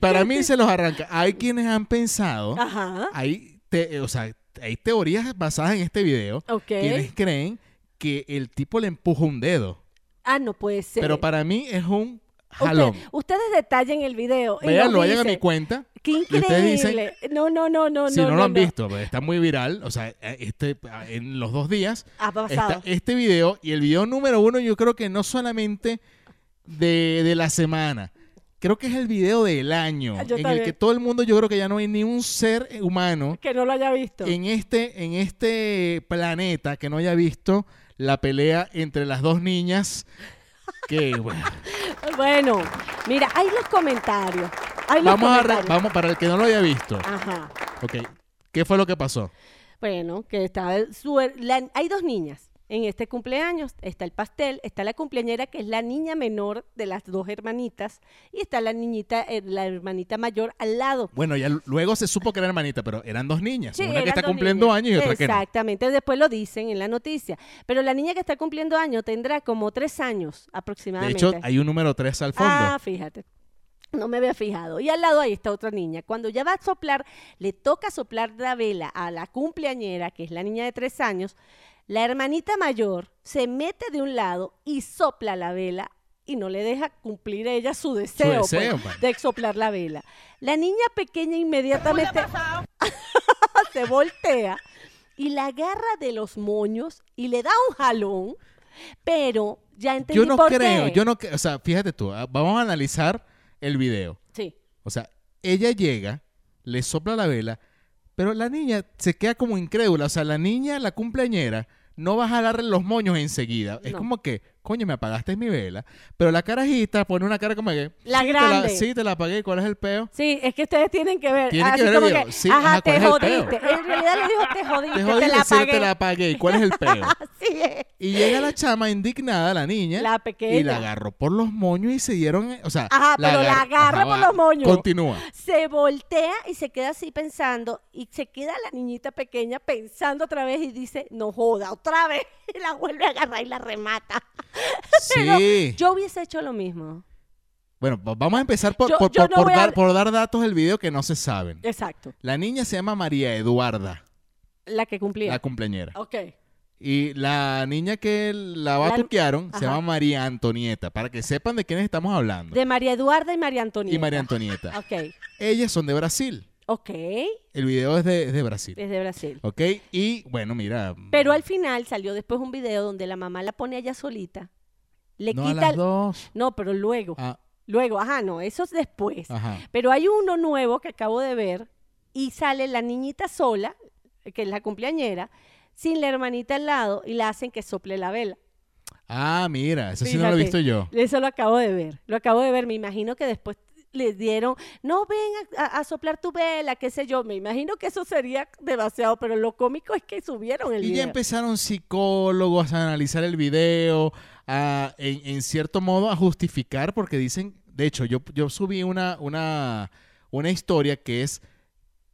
B: para mí se los arranca. Hay quienes han pensado,
C: Ajá.
B: hay, te- o sea, hay teorías basadas en este video,
C: Ok.
B: quienes creen que el tipo le empuja un dedo.
C: Ah, no puede ser.
B: Pero para mí es un
C: Usted-
B: jalón.
C: ustedes detallen el video. y nos
B: Véanlo, vayan a mi
C: dicen.
B: cuenta.
C: Qué
B: Y ustedes dicen-
C: increíble. No, no, no, no.
B: si no, lo han visto, pues, está muy viral. O sea, eh, este, en los dos días
C: Ha pasado.
B: está este video y el video número uno yo creo que no solamente de, de la semana. Creo que es el video del año
C: Ah, yo
B: en el
C: también.
B: que todo el mundo yo creo que ya no hay ni un ser humano
C: Que no lo haya visto.
B: en este en este planeta que no haya visto la pelea entre las dos niñas que bueno,
C: Bueno, mira, hay los comentarios. Hay los
B: vamos a re-
C: comentarios.
B: vamos para el que no lo haya visto.
C: Ajá.
B: Ok. ¿Qué fue lo que pasó?
C: Bueno, que está su her- la- hay dos niñas. en este cumpleaños. Está el pastel, está la cumpleañera que es la niña menor de las dos hermanitas y está la niñita, eh, la hermanita mayor al lado.
B: Bueno, ya l- luego se supo que era hermanita, pero eran dos niñas.
C: Sí,
B: una
C: eran
B: que está
C: dos
B: cumpliendo
C: niñas.
B: años y otra que no.
C: Exactamente, después lo dicen en la noticia. Pero la niña que está cumpliendo años tendrá como tres años
B: De
C: aproximadamente.
B: hecho, hay un número 3 al fondo.
C: Ah, fíjate. No me había fijado. Y al lado ahí está otra niña. Cuando ya va a soplar, le toca soplar la vela a la cumpleañera, que es la niña de tres años. La hermanita mayor se mete de un lado y sopla la vela y no le deja cumplir ella su deseo, pues,
B: deseo, pues.
C: de soplar la vela. La niña pequeña inmediatamente se voltea y la agarra de los moños y le da un jalón, pero ya entendí
B: yo no
C: por
B: creo,
C: qué.
B: yo no, cre- o sea, fíjate tú, ah, vamos a analizar el video.
C: Sí.
B: O sea, ella llega, le sopla la vela, pero la niña se queda como incrédula. O sea, la niña, la cumpleañera, no va a jalarle los moños enseguida. Es
C: No.
B: como que, coño, me apagaste mi vela. Pero la carajita pone una cara como que.
C: La
B: "Sí, te
C: grande.
B: sí, te la apagué, ¿cuál es el peo?
C: Sí, es que ustedes tienen que ver.
B: Tienen que
C: así
B: ver el
C: como
B: video.
C: que,
B: Sí,
C: ajá,
B: ajá, ¿cuál
C: te
B: es el pedo?
C: jodiste. En realidad le dijo, te jodiste,
B: Te
C: te,
B: jodí
C: la
B: decir,
C: pagué.
B: te la apagué, ¿y cuál es el peo?
C: Así es.
B: Y llega la chama indignada, la niña.
C: La pequeña.
B: Y la agarró por los moños y se dieron. O sea,
C: Ajá, pero la
B: agar-
C: agarra
B: Ajá,
C: por
B: va.
C: los moños.
B: Continúa.
C: Se voltea y se queda así pensando. Y se queda la niñita pequeña pensando otra vez y dice, no joda, otra vez. Y la vuelve a agarrar y la remata. Pero
B: Sí.
C: yo hubiese hecho lo mismo.
B: Bueno, va- vamos a empezar por,
C: Yo-
B: por-
C: yo
B: por-
C: no
B: por
C: voy a-
B: dar, por dar datos del video que no se saben.
C: Exacto.
B: La niña se llama María Eduarda,
C: La que cumplía.
B: la cumpleañera.
C: ok.
B: Y la niña que la batuquearon se
C: Ajá.
B: llama María Antonieta, para que sepan de quiénes estamos hablando.
C: De María Eduarda y María Antonieta. Ah,
B: Y María Antonieta.
C: Ok.
B: Ellas son de Brasil.
C: Ok.
B: El video es de, es de Brasil.
C: Desde Brasil.
B: ¿Ok? Y bueno, mira.
C: Pero al final salió después un video donde la mamá la pone allá solita. Le
B: no a
C: quita.
B: las
C: el-
B: dos.
C: No, pero luego.
B: Ah,
C: Luego, ajá, no, eso es después.
B: ajá.
C: Pero hay uno nuevo que acabo de ver y sale la niñita sola, que es la cumpleañera, sin la hermanita al lado y la hacen que sople la vela.
B: Ah, mira, eso sí no lo he visto
C: Fíjate.
B: yo.
C: Eso lo acabo de ver, lo acabo de ver. Me imagino que después les dieron, no ven a, a- a soplar tu vela, qué sé yo. Me imagino que eso sería demasiado, pero lo cómico es que subieron el
B: Y ya
C: video.
B: empezaron psicólogos a analizar el video, a, en, en cierto modo a justificar, porque dicen, de hecho, yo, yo subí una, una, una historia que es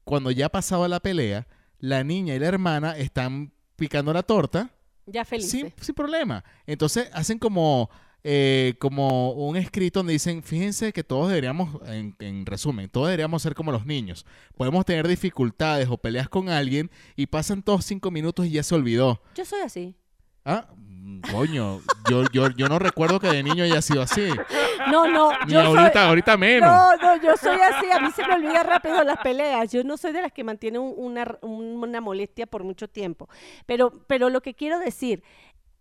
B: cuando ya pasaba la pelea, la niña y la hermana están picando la torta
C: ya felices.
B: sin, sin problema. Entonces hacen como, eh, como un escrito donde dicen, fíjense que todos deberíamos, en, en resumen, todos deberíamos ser como los niños. Podemos tener dificultades o peleas con alguien y pasan todos cinco minutos y ya se olvidó.
C: Yo soy así.
B: Ah, mm, coño, yo, yo, yo no recuerdo que de niño haya sido así.
C: No, no,
B: Ni
C: yo soy,
B: ahorita, ahorita menos.
C: No, no, yo soy así, a mí se me olvida rápido las peleas, yo no soy de las que mantienen un- una, r- un- una molestia por mucho tiempo, pero, pero lo que quiero decir,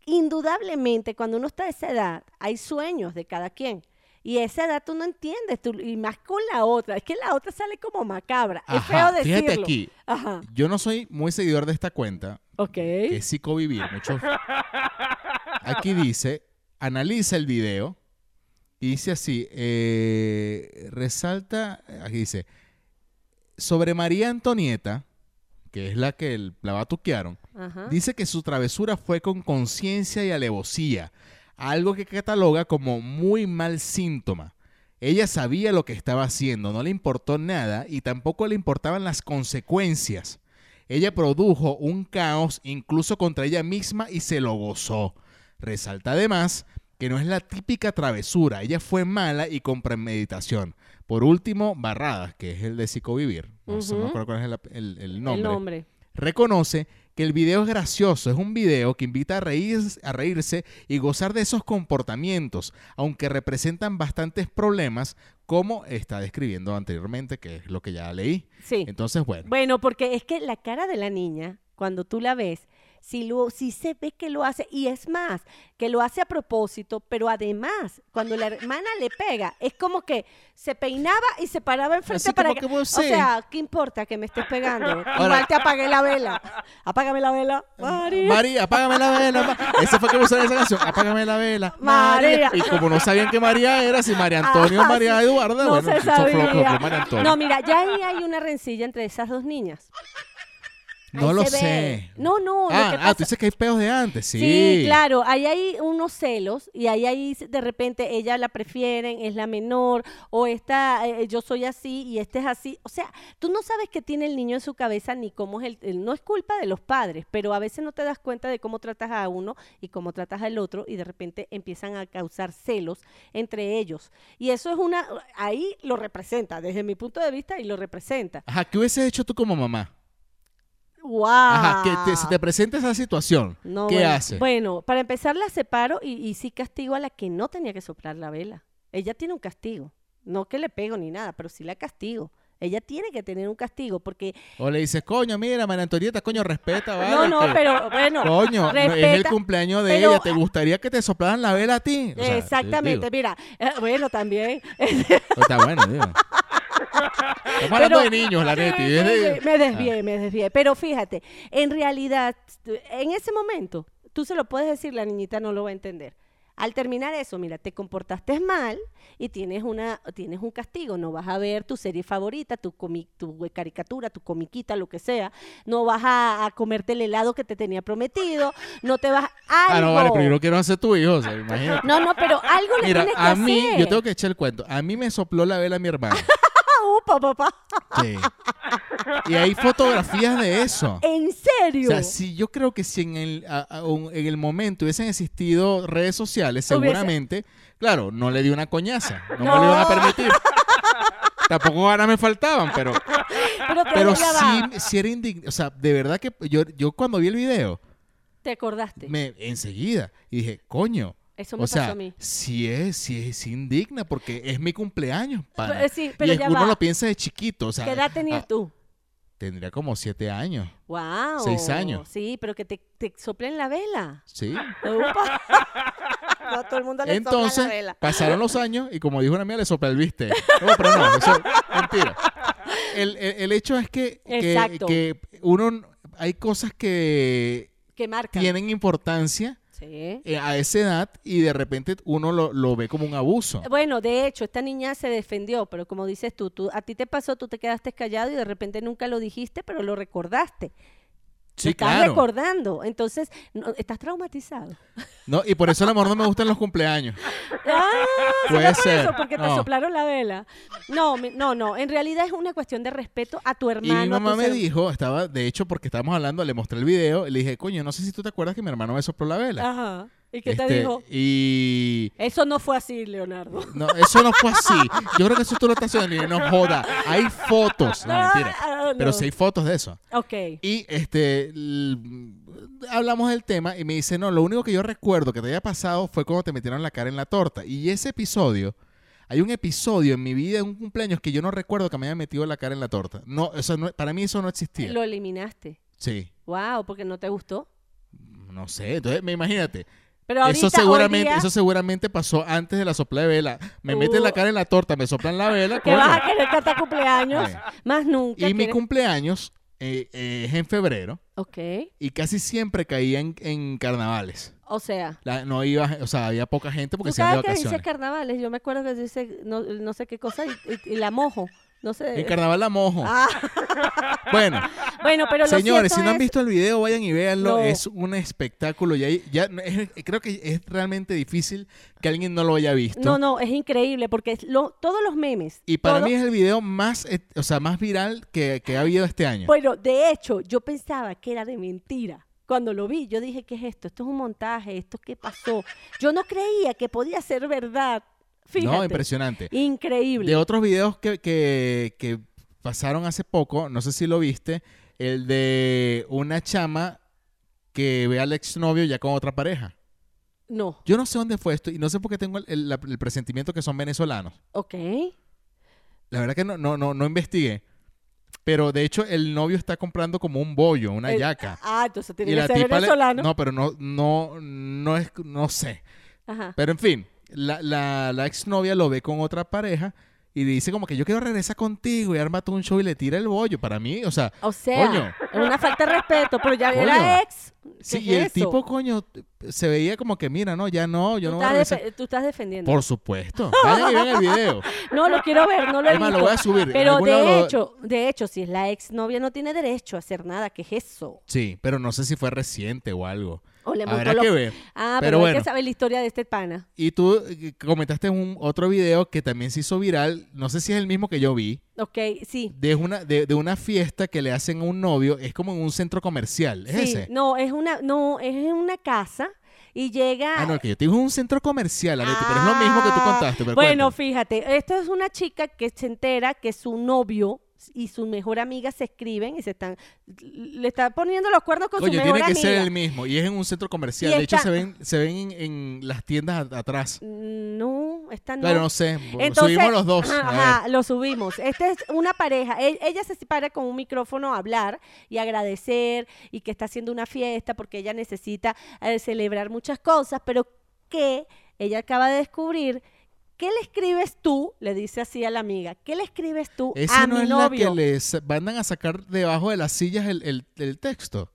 C: indudablemente cuando uno está a esa edad, hay sueños de cada quien. Y a esa edad tú no entiendes, tú- y más con la otra. Es que la otra sale como macabra. Es
B: Ajá,
C: feo decirlo.
B: fíjate aquí,
C: Ajá.
B: yo no soy muy seguidor de esta cuenta,
C: Ok.
B: que es psicovivir. Muchos... Aquí dice, analiza el video y dice así, eh, resalta, aquí dice, sobre María Antonieta, que es la que el- la batuquearon,
C: Ajá.
B: dice que su travesura fue con conciencia y alevosía, algo que cataloga como muy mal síntoma. Ella sabía lo que estaba haciendo, no le importó nada y tampoco le importaban las consecuencias. Ella produjo un caos incluso contra ella misma y se lo gozó. Resalta además que no es la típica travesura, ella fue mala y con premeditación. Por último, Barradas, que es el de psicovivir, no, sé, no
C: Ujú.
B: me acuerdo cuál es el- el- el
C: El
B: nombre
C: nombre.
B: reconoce que el video es gracioso, es un video que invita a, reír- a reírse y gozar de esos comportamientos, aunque representan bastantes problemas, como está describiendo anteriormente, que es lo que ya leí.
C: Sí.
B: Entonces, bueno,
C: Bueno, porque es que la cara de la niña, cuando tú la ves, si, lo, si se ve que lo hace, y es más, que lo hace a propósito, pero además, cuando la hermana le pega, es como que se peinaba y se paraba enfrente
B: Así
C: para
B: como que vos
C: O
B: sí.
C: sea, ¿qué importa que me estés pegando? Igual te apagué la vela. Apágame la vela, María.
B: María, apágame la vela. ma- Esa fue que usaron esa canción, apágame la vela.
C: María.
B: Y como no sabían que María era, si María Antonio o
C: Ajá,
B: María
C: Ah, sí.
B: Eduarda,
C: no
B: bueno,
C: se
B: eso fue lo que
C: sabía.
B: fue María Antonio.
C: No, mira, ya ahí hay una rencilla entre esas dos niñas.
B: No
C: Ahí
B: lo
C: se ve.
B: sé.
C: No, no, lo
B: ah,
C: que
B: ah, tú
C: pasa-
B: dices que hay peos de antes, sí.
C: Sí, claro, ahí hay unos celos y ahí hay de repente ella la prefieren, es la menor o esta eh, yo soy así y este es así, o sea, tú no sabes qué tiene el niño en su cabeza ni cómo es el, el- no es culpa de los padres, pero a veces no te das cuenta de cómo tratas a uno y cómo tratas al otro y de repente empiezan a causar celos entre ellos y eso es una ahí lo representa desde mi punto de vista y lo representa.
B: Ajá, ¿qué hubieses hecho tú como mamá?
C: Wow.
B: Ajá, que te- se te presenta esa situación.
C: Ah. No,
B: ¿Qué
C: bueno,
B: haces?
C: Bueno, para empezar la separo y, y sí castigo a la que no tenía que soplar la vela. Ella tiene un castigo. No que le pego ni nada, pero sí la castigo. Ella tiene que tener un castigo porque...
B: O le dices, coño, mira, María Antonieta, coño, respeta, vale.
C: No, no,
B: que-
C: pero bueno.
B: Coño, no, es el
C: respeta-
B: cumpleaños de
C: pero-
B: ella. ¿Te gustaría que te soplaran la vela a ti? O sea, te- digo,
C: Exactamente, mira, eh, bueno, también.
B: está bueno, digo. Estamos hablando de
C: Pero-
B: niños, la neta. y
C: Sí,
B: es de-
C: sí, me desvié, me desvié. Pero fíjate, en realidad, en ese momento, tú se lo puedes decir, la niñita no lo va a entender. Al terminar eso, mira, te comportaste mal y tienes una, tienes un castigo. No vas a ver tu serie favorita, tu comi- tu caricatura, tu comiquita, lo que sea. No vas a, a comerte el helado que te tenía prometido. No te vas a
B: Ah,
C: algo.
B: no, vale, pero yo no quiero hacer tu hijo, o sea, imagínate.
C: No, no, pero algo le
B: Mira,
C: tienes que
B: a mí,
C: hacer.
B: yo tengo que echar el cuento. A mí me sopló la vela mi hermano.
C: Ah, upa, papá.
B: Sí. Y hay fotografías de eso.
C: ¿En
B: O
C: serio?
B: sea, si yo creo que si en el, a- a- un- en el momento hubiesen existido redes sociales,
C: Hubiese-
B: seguramente, claro, no le di una coñaza. No, me
C: No.
B: lo iban a permitir. Tampoco ganas me faltaban, pero,
C: pero te,
B: pero
C: ya va.
B: sí, sí era indignante. O sea, de verdad que yo, yo cuando vi el video,
C: te acordaste.
B: me enseguida y dije, coño.
C: Eso
B: o
C: me pasó
B: sea,
C: a mí.
B: sí es, sí es indigna porque es mi cumpleaños, pana.
C: Pero, eh, sí, pero
B: y es-
C: ya
B: uno
C: va.
B: lo piensa de chiquito, o sea,
C: ¿Qué edad tenías
B: ah,
C: tú?
B: tendría como siete años,
C: Wow.
B: Seis años.
C: Sí, pero que te, te soplen la vela.
B: sí.
C: Upa. No, todo el mundo le sopla la
B: Entonces,
C: vela.
B: pasaron los años y como dijo una mía, le sopla el viste. No, pero no, eso es mentira. El, el- el hecho es que, que-
C: Exacto.
B: que uno, hay cosas que
C: Que marca.
B: tienen importancia
C: Sí.
B: eh, a esa edad y de repente uno lo, lo ve como un abuso.
C: Bueno, de hecho, esta niña se defendió, pero como dices tú, tú, a ti te pasó, tú te quedaste callado y de repente nunca lo dijiste, pero lo recordaste.
B: Sí,
C: lo estás
B: claro.
C: recordando. Entonces, no, estás traumatizado.
B: No, y por eso el amor no me gustan los cumpleaños.
C: Ah,
B: Puede
C: ¿será por
B: ser,
C: eso? Porque te
B: no.
C: soplaron la vela. No, mi- no, no. En realidad es una cuestión de respeto a tu
B: Y
C: hermano.
B: mi
C: a tu
B: mamá me
C: ser-
B: dijo, estaba, de hecho, porque estábamos hablando, le mostré el video, y le dije, coño, no sé si tú te acuerdas que mi hermano me sopló la vela.
C: Ajá. Ah, ¿Y qué te
B: Este,
C: dijo?
B: Y
C: Eso no fue así, Leonardo.
B: no, eso no fue así. Yo creo que eso tú lo estás haciendo, y yo, no joda. Hay fotos, no mentira.
C: Ah, ah,
B: Pero
C: no.
B: sí hay fotos de eso.
C: Ok.
B: Y este l- hablamos del tema y me dice, no, lo único que yo recuerdo que te había pasado fue cuando te metieron la cara en la torta. Y ese episodio, hay un episodio en mi vida, en un cumpleaños, que yo no recuerdo que me haya metido la cara en la torta. No, eso no- para mí eso no existía.
C: Lo eliminaste.
B: Sí,
C: Wow, porque no te gustó.
B: no sé. Entonces, me imagínate.
C: Pero ahorita,
B: eso seguramente,
C: hoy día,
B: eso seguramente pasó antes de la sopla de vela. Me
C: Uh.
B: meten la cara en la torta, me soplan la vela.
C: que
B: coño.
C: vas a querer cantar cumpleaños, más nunca.
B: Y mi
C: quieres-
B: cumpleaños eh, eh, es en febrero
C: Ok.
B: y casi siempre caía en, en carnavales.
C: O sea,
B: La- no iba, o sea, había poca gente porque
C: tú
B: se iban de
C: cada que dices
B: vacaciones.
C: carnavales, yo me acuerdo que dice no, no sé qué cosa y, y- y la mojo. No sé.
B: En carnaval la mojo.
C: Ah,
B: Bueno,
C: bueno, pero lo
B: señores,
C: cierto
B: si no han
C: es-
B: visto el video, vayan y véanlo.
C: No.
B: Es un espectáculo. Y ahí- ya, es- creo que es realmente difícil que alguien no lo haya visto.
C: No, no, es increíble porque es lo- todos los memes.
B: Y para
C: todo-
B: mí es el video más, eh, o sea, más viral que, que ha habido este año.
C: Bueno, de hecho, yo pensaba que era de mentira. Cuando lo vi, yo dije, ¿qué es esto? Esto es un montaje, esto qué pasó. Yo no creía que podía ser verdad. Fíjate.
B: No, impresionante.
C: Increíble.
B: De otros videos que, que- que pasaron hace poco, no sé si lo viste, el de una chama que ve al exnovio ya con otra pareja.
C: No,
B: Yo no sé dónde fue esto y no sé por qué tengo el, el- la- el presentimiento que son venezolanos.
C: ok.
B: La verdad que no, no, no, no investigué. Pero de hecho el novio está comprando como un bollo, una
C: El-
B: yaca.
C: Ah, entonces tiene
B: Y
C: que
B: la
C: ser
B: tipa le-
C: venezolano.
B: No, pero no, no, no es, no sé.
C: Ajá.
B: Pero en fin, la, la, la exnovia lo ve con otra pareja y dice como que yo quiero regresar contigo y arma tú un show y le tira el bollo. Para mí, o sea,
C: O sea,
B: Coño.
C: es una falta de respeto, pero ya
B: Coño.
C: era ex. ¿Qué
B: sí,
C: es
B: y el
C: eso?
B: tipo, coño, se veía como que mira, no, ya no, yo
C: tú,
B: no voy a
C: estás
B: regresar.
C: defe- tú estás defendiendo.
B: Por supuesto. Vayan y vean el video.
C: No, lo quiero ver, no lo he
B: Es más, lo
C: visto.
B: voy a subir. En
C: Pero
B: algún lado
C: de
B: lo-
C: hecho, de hecho, si es la ex novia, no tiene derecho a hacer nada, ¿qué es eso?
B: Sí, pero no sé si fue reciente o algo.
C: O le montó
B: Habrá
C: los-
B: que ver.
C: Ah, pero,
B: Pero
C: hay
B: bueno.
C: que saber la historia de este pana.
B: Y tú eh, comentaste un otro video que también se hizo viral, no sé si es el mismo que yo vi,
C: Ok, sí.
B: de una, de, de una fiesta que le hacen a un novio, es como en un centro comercial, ¿es
C: sí.
B: ese?
C: No, es una, no, es en una casa y llega.
B: Ah, no, el que yo te digo es un centro comercial, Areti, pero es lo mismo que tú
C: Ah,
B: contaste. pero cuéntame.
C: Bueno, fíjate, esto es una chica que se entera que su novio y su mejor amiga se escriben y se están le está poniendo los cuernos con su
B: Coño,
C: mejor
B: tiene que
C: amiga.
B: ser el mismo, y es en un centro comercial,
C: Y
B: de hecho
C: está-
B: se ven, se ven en, en las tiendas a- atrás.
C: Mm, No, esta no.
B: Pero no sé,
C: Entonces,
B: subimos los dos.
C: Ajá,
B: a ver.
C: ajá, lo subimos. Esta es una pareja. E- Ella se para con un micrófono a hablar y agradecer y que está haciendo una fiesta porque ella necesita eh, celebrar muchas cosas, pero que ella acaba de descubrir. ¿Qué le escribes tú? Le dice así a la amiga. ¿Qué le escribes tú
B: Esa
C: a
B: no
C: mi
B: es
C: novio?
B: la que les mandan a sacar debajo de las sillas el, el- el texto.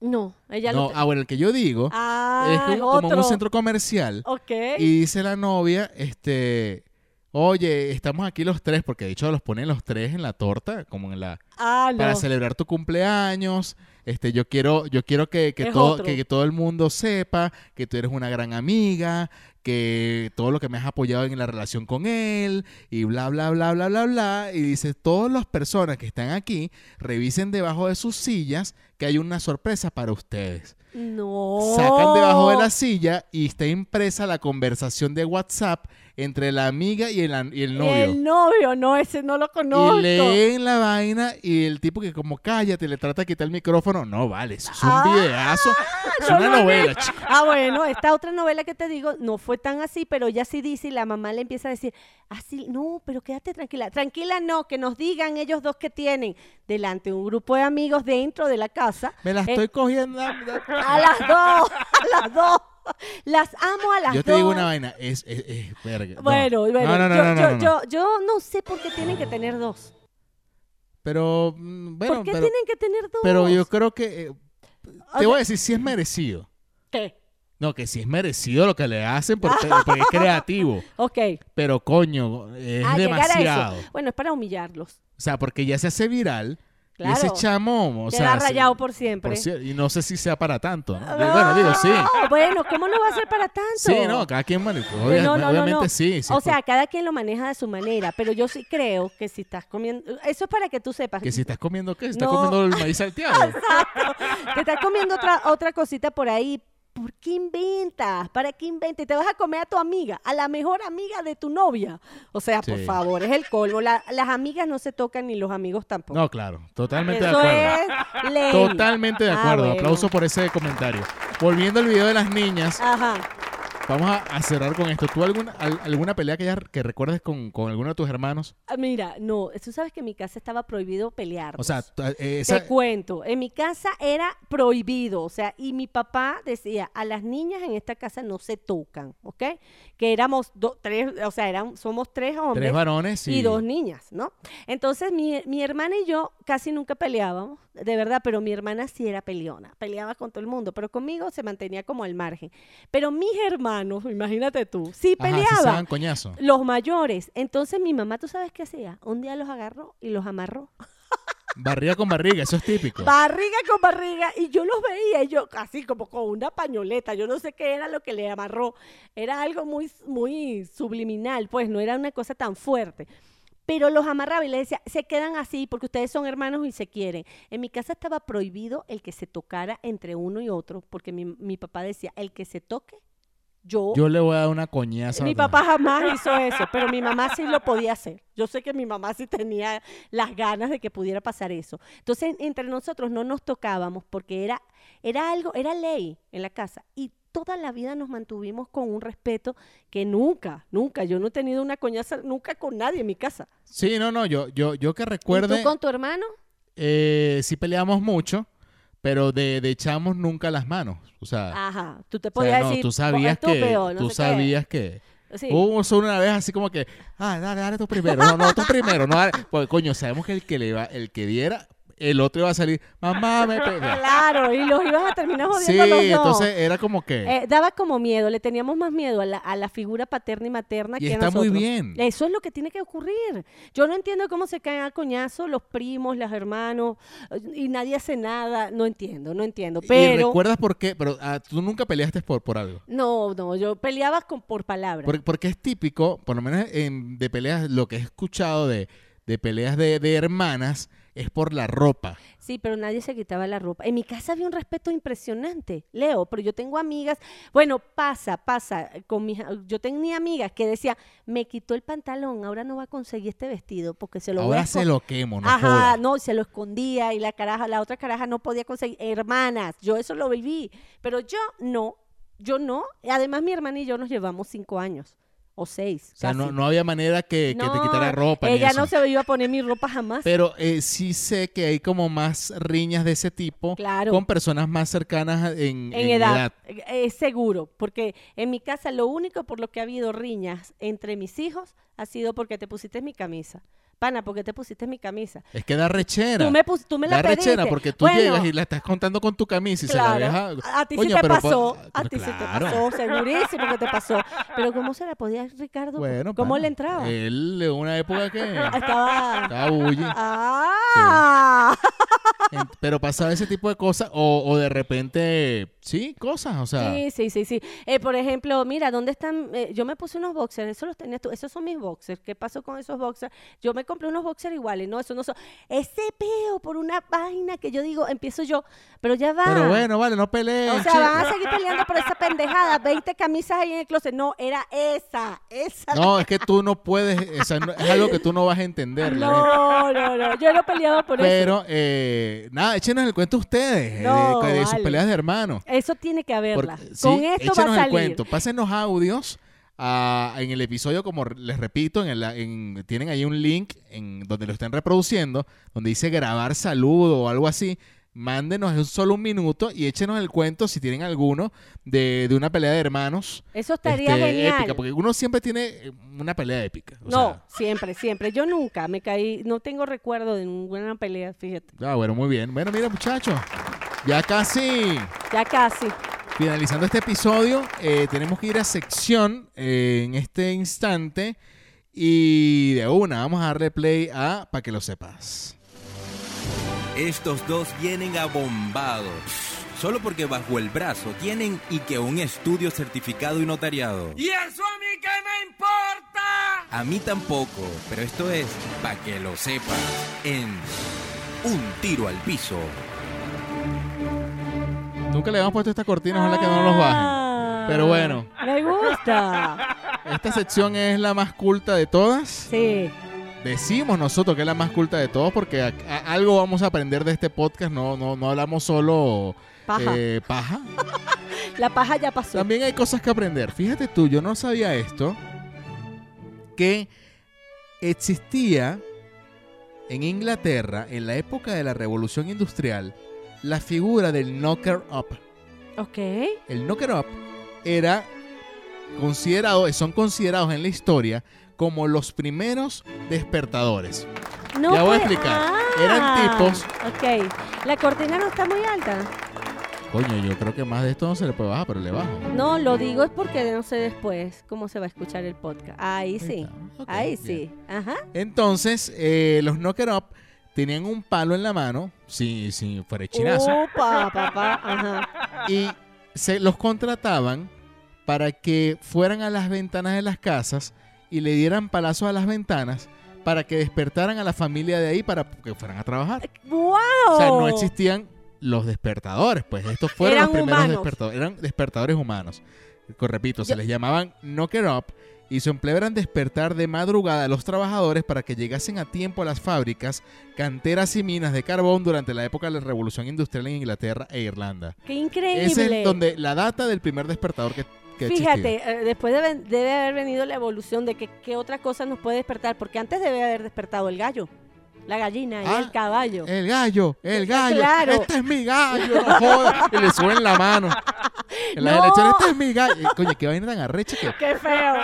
C: No, ella
B: no,
C: lo.
B: ah, bueno, el que yo digo
C: Ah,
B: es
C: es
B: que como en
C: otro.
B: un centro comercial
C: Ok.
B: y dice la novia, este, oye, estamos aquí los tres, porque de hecho los ponen los tres en la torta, como en la,
C: ah, no.
B: para celebrar tu cumpleaños. Este, yo quiero, yo quiero que, que
C: Es
B: todo,
C: otro.
B: que, que todo el mundo sepa que tú eres una gran amiga, que todo lo que me has apoyado en la relación con él, y bla, bla, bla, bla, bla, bla. Y dice, todas las personas que están aquí, revisen debajo de sus sillas que hay una sorpresa para ustedes.
C: No.
B: Sacan debajo de
C: Oh.
B: la silla y está impresa la conversación de WhatsApp entre la amiga y el, an- y el novio.
C: El novio, no, ese no lo conozco.
B: Y leen la vaina y el tipo que como cállate, le trata de quitar el micrófono. No, vale, eso es un
C: Ah,
B: videazo. Es
C: no
B: una
C: lo he
B: novela,
C: visto.
B: chico.
C: Ah, bueno, esta otra novela que te digo no fue tan así, pero ya sí dice y la mamá le empieza a decir, así, no, pero quédate tranquila. Tranquila no, que nos digan ellos dos que tienen delante un grupo de amigos dentro de la casa.
B: Me la
C: Eh,
B: estoy cogiendo.
C: a las dos, a las dos. Las amo a las
B: Yo
C: dos.
B: te digo una vaina. Es, es, es- verga, no.
C: Bueno,
B: No,
C: bueno,
B: no, no, no, no,
C: yo, yo,
B: no, no.
C: Yo, yo no sé por qué tienen que tener dos.
B: Pero, mm, bueno,
C: ¿Por qué
B: pero,
C: tienen que tener dos?
B: pero yo creo que... eh,
C: O
B: te
C: sea,
B: voy a decir si es merecido.
C: ¿qué?
B: No, que si es merecido lo que le hacen porque, porque es creativo.
C: Ok.
B: Pero coño, es
C: a Ah, llegar a
B: demasiado.
C: eso. Bueno, es para humillarlos.
B: O sea, porque ya se hace viral. Y ese
C: Claro.
B: chamo, o
C: Queda
B: sea, se-
C: rayado por siempre. Ah,
B: Por cier- y no sé si sea para tanto. ¿no? Yo- Ah, Bueno, digo, sí.
C: No, Ah, oh, Bueno, ¿cómo no va a ser para tanto?
B: Sí, no, cada quien mane- obvia-
C: no, no, no,
B: obviamente
C: no.
B: sí. sí,
C: o
B: por-
C: sea, cada quien lo maneja de su manera, pero yo sí creo que si estás comiendo, eso es para que tú sepas
B: que si estás comiendo, ¿qué? Si estás
C: No.
B: comiendo el maíz salteado.
C: te estás comiendo otra, otra cosita por ahí. ¿Por qué inventas? ¿Para qué inventas? Te vas a comer a tu amiga, a la mejor amiga de tu novia. O sea, por
B: Sí.
C: favor, es el colmo. La- las amigas no se tocan ni los amigos tampoco.
B: No, claro, totalmente de
C: Eso
B: acuerdo.
C: es ley.
B: Totalmente de
C: Ah,
B: acuerdo.
C: bueno.
B: Aplauso por ese comentario. Volviendo al video de las niñas,
C: Ajá.
B: vamos a, a cerrar con esto. ¿Tú alguna, al- alguna pelea que, ya- que recuerdes con, con alguno de tus hermanos?
C: Ah, Mira, no, tú sabes que en mi casa estaba prohibido pelear. pues.
B: O sea, t- eh,
C: Te
B: esa,
C: cuento, en mi casa era prohibido, o sea, y mi papá decía, a las niñas en esta casa no se tocan, ¿ok? Que éramos do- tres, o sea, eran, somos tres hombres
B: tres varones y,
C: y dos niñas, ¿no? Entonces mi, mi hermana y yo casi nunca peleábamos, de verdad, pero mi hermana sí era peleona, peleaba con todo el mundo, pero conmigo se mantenía como al margen. Pero mis hermanos, imagínate tú, sí
B: Ajá, sí se
C: peleaban.
B: daban coñazo.
C: los mayores. Entonces mi mamá, ¿tú sabes qué hacía? Un día los agarró y los amarró.
B: Barriga con barriga, eso es típico.
C: Barriga con barriga. Y yo los veía, y yo así como con una pañoleta. Yo no sé qué era lo que le amarró. Era algo muy, muy subliminal, pues no era una cosa tan fuerte. Pero los amarraba y le decía, se quedan así porque ustedes son hermanos y se quieren. En mi casa estaba prohibido el que se tocara entre uno y otro, porque mi, mi papá decía, el que se toque, yo...
B: Yo le voy a dar una coñaza.
C: mi
B: a otra.
C: papá jamás hizo eso, pero mi mamá sí lo podía hacer. Yo sé que mi mamá sí tenía las ganas de que pudiera pasar eso. Entonces, entre nosotros no nos tocábamos porque era, era algo, era ley en la casa. Y toda la vida nos mantuvimos con un respeto que nunca, nunca, yo no he tenido una coñaza nunca con nadie en mi casa.
B: Sí, no, no, yo, yo, yo que
C: ¿Y
B: recuerde.
C: ¿Tú con tu hermano?
B: eh, sí peleamos mucho, pero de, de echamos nunca las manos. O sea,
C: Ajá, tú te
B: o sea,
C: podías
B: no,
C: Ah, decir,
B: tú
C: "Oh,
B: sabías que
C: estúpido, no
B: tú
C: sé qué".
B: sabías Uh. que
C: Sí.
B: Hubo solo una vez así como que, ah, dale, dale tú primero, no, no, tú primero, no, dale. Pues, coño, sabemos que el que le va, el que diera, el otro iba a salir, mamá, me pe-".
C: Claro, y los ibas a terminar jodiendo
B: Sí,
C: a los dos.
B: entonces era como que,
C: Eh, daba como miedo, le teníamos más miedo a la, a la figura paterna y materna
B: Y
C: que a
B: está muy
C: nosotros.
B: bien.
C: Eso es lo que tiene que ocurrir. Yo no entiendo cómo se caen a coñazo los primos, los hermanos, eh, y nadie hace nada. No entiendo, no entiendo.
B: ¿y
C: Pero.
B: recuerdas por qué? Pero ah, tú nunca peleaste por, por algo.
C: No, no, yo peleaba con, por palabras.
B: Por- porque es típico, por lo menos en- de peleas, lo que he escuchado de, de peleas de, de hermanas es por la ropa.
C: Sí, pero nadie se quitaba la ropa. En mi casa había un respeto impresionante, Leo, pero yo tengo amigas, bueno, pasa, pasa, con mis, yo tenía amigas que decía, me quitó el pantalón, ahora no va a conseguir este vestido porque se lo voy a
B: Ahora se
C: esco-".
B: lo quemo, no
C: Ajá,
B: jodas.
C: no, se lo escondía y la caraja, la otra caraja no podía conseguir, hermanas, yo eso lo viví, pero yo no, yo no, además mi hermana y yo nos llevamos cinco años o seis.
B: O sea, no,
C: casi.
B: no había manera que, que te
C: No,
B: quitara ropa. ni
C: Ella
B: eso.
C: no se iba a poner mi ropa jamás.
B: Pero eh, sí sé que hay como más riñas de ese tipo
C: Claro.
B: con personas más cercanas en,
C: En edad, es seguro, porque en mi casa lo único por lo que ha habido riñas entre mis hijos ha sido porque te pusiste mi camisa. Pana, porque te pusiste mi camisa.
B: Es que da rechera.
C: Tú me, pus- tú me la
B: da
C: pediste.
B: rechera porque tú
C: Bueno,
B: llegas y la estás contando con tu camisa y se la
C: claro,
B: dejas.
C: A ti
B: Coño,
C: sí te
B: pero pa-
C: pasó, a
B: pero
C: ti sí te
B: claro.
C: pasó, segurísimo que te pasó. Pero ¿cómo se la podía Ricardo?
B: Bueno,
C: ¿Cómo
B: pana,
C: le entraba?
B: Él en una época que
C: Estaba...
B: estaba bully.
C: ¡Ah!
B: En- Pero pasaba ese tipo de cosas o, o de repente, sí, cosas, o sea.
C: Sí, sí, sí, sí. Eh, por ejemplo, mira, ¿dónde están? Eh, yo me puse unos boxers, esos los tenías tú, esos son mis boxers. ¿Qué pasó con esos boxers? Yo me compré unos boxers iguales, no, eso no son. Ese peo por una vaina que yo digo, empiezo yo, pero ya va.
B: Pero bueno, vale, no peleen.
C: O sea,
B: chico.
C: van a seguir peleando por esa pendejada, 20 camisas ahí en el closet. No, era esa, esa.
B: No, es que tú no puedes, o sea, no- es algo que tú no vas a entender. la neta.
C: no, no, no, yo no peleaba por eso.
B: ¿eh? Pero, eh, nada, échenos el cuento ustedes eh,
C: No,
B: de, de sus
C: vale.
B: peleas de hermanos.
C: Eso tiene que haberla.
B: Porque- sí,
C: Con esto va a
B: échenos el
C: salir.
B: cuento. Pásenos audios a- en el episodio, como r- les repito, en la- en- tienen ahí un link en donde lo están reproduciendo, donde dice grabar saludo o algo así. Mándenos en solo un minuto y échenos el cuento si tienen alguno de, de una pelea de hermanos.
C: Eso estaría
B: este,
C: genial.
B: épica, porque uno siempre tiene eh, una pelea épica. o
C: No,
B: sea,
C: siempre, siempre. Yo nunca me caí, no tengo recuerdo de ninguna pelea, fíjate.
B: ah, bueno, muy bien. Bueno, mira, muchachos, ya casi.
C: Ya casi.
B: Finalizando este episodio, eh, tenemos que ir a sección eh, en este instante y de una vamos a darle play a para que lo sepas.
F: Estos dos vienen abombados. Solo porque bajo el brazo tienen y que un estudio certificado y notariado.
E: ¿Y eso a mí qué me importa?
F: A mí tampoco, pero esto es para que lo sepas. En Un tiro al piso.
B: Nunca le habíamos puesto esta cortina, ojalá que no nos bajen. Pero bueno.
C: Ah. Me gusta.
B: Esta sección es la más culta de todas.
C: Ah. Sí.
B: Decimos nosotros que es la más culta de todos porque a- a- algo vamos a aprender de este podcast. No, no, no hablamos solo
C: Paja.
B: eh, paja.
C: La paja ya pasó.
B: También hay cosas que aprender. Fíjate tú, yo no sabía esto, que existía en Inglaterra, en la época de la Revolución Industrial, la figura del knocker up.
C: Ok.
B: El knocker up era considerado, son considerados en la historia como los primeros despertadores.
C: No
B: Ya voy a
C: puede-
B: explicar.
C: Ah,
B: Eran tipos-
C: Ok. La cortina no está muy alta.
B: Coño, yo creo que más de esto no se le puede bajar, pero le bajo.
C: No, lo digo es porque no sé después cómo se va a escuchar el podcast. Ahí sí.
B: está. Ok,
C: Ahí
B: bien.
C: sí. Ajá.
B: Entonces, eh, los knocker up tenían un palo en la mano, sin, sin chinazo,
C: Opa, papá. Ajá.
B: y se los contrataban para que fueran a las ventanas de las casas y le dieran palazos a las ventanas para que despertaran a la familia de ahí para que fueran a trabajar.
C: ¡Wow!
B: O sea, no existían los despertadores, pues estos fueron
C: Oh. Eran
B: los primeros
C: humanos.
B: despertadores, eran despertadores humanos. Co- Repito, se
C: Yo-
B: les llamaban knocker up y su empleo era despertar de madrugada a los trabajadores para que llegasen a tiempo a las fábricas, canteras y minas de carbón durante la época de la Revolución Industrial en Inglaterra e Irlanda.
C: ¡Qué increíble!
B: Ese es donde la data del primer despertador que, que ha
C: Fíjate,
B: existido.
C: eh, después debe, debe haber venido la evolución de que qué otra cosa nos puede despertar, porque antes debe haber despertado el gallo. la gallina y
B: Ah,
C: el caballo.
B: El gallo, el gallo.
C: Claro.
B: Este es mi gallo, no jodas. Y le suben la mano. En las
C: No.
B: elecciones, este es mi gallo. Y, Coño, qué vaina tan arrecha que.
C: ¡Qué feo!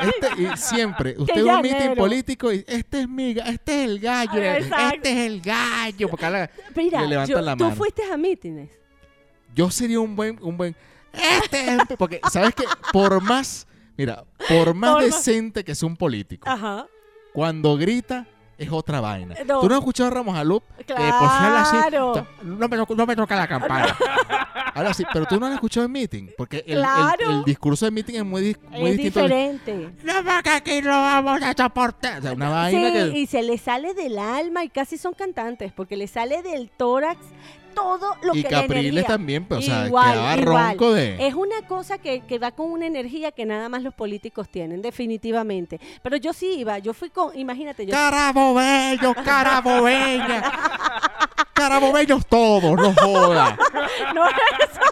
B: Este, y siempre, usted es un
C: llanero.
B: mitin político y este es mi ga- este es el gallo,
C: Exacto.
B: este es el gallo. Porque a la- le
C: Mira,
B: levantan
C: yo-
B: la
C: tú
B: mano.
C: fuiste a mítines.
B: Yo sería un buen, un buen. Este es mi-". Porque, ¿sabes qué? Por más, mira, por más
C: Por más- Ah.
B: decente que sea un político,
C: Ajá.
B: cuando grita es otra vaina.
C: No.
B: ¿Tú no has escuchado a Ramos Alup? Que por si habla así,
C: Claro.
B: no me, no me toca la campana. Ahora sí, pero tú no lo has escuchado en meeting, porque el, el-
C: Claro.
B: el discurso de meeting es muy, dis- muy
C: es
B: distinto. al-
C: diferente.
B: No, porque aquí no vamos a soportar. O sea, una vaina
C: Sí,
B: que...
C: y se le sale del alma y casi son cantantes porque le sale del tórax todo lo
B: Y
C: que la
B: Capriles
C: energía.
B: también, pues, o sea,
C: Igual,
B: quedaba
C: igual.
B: ronco de...
C: Es una cosa que, que va con una energía que nada más los políticos tienen, definitivamente. Pero yo sí iba, yo fui con, imagínate, yo
B: Carabobellos, carabobellas. Carabobellos todos, no joda.
C: no,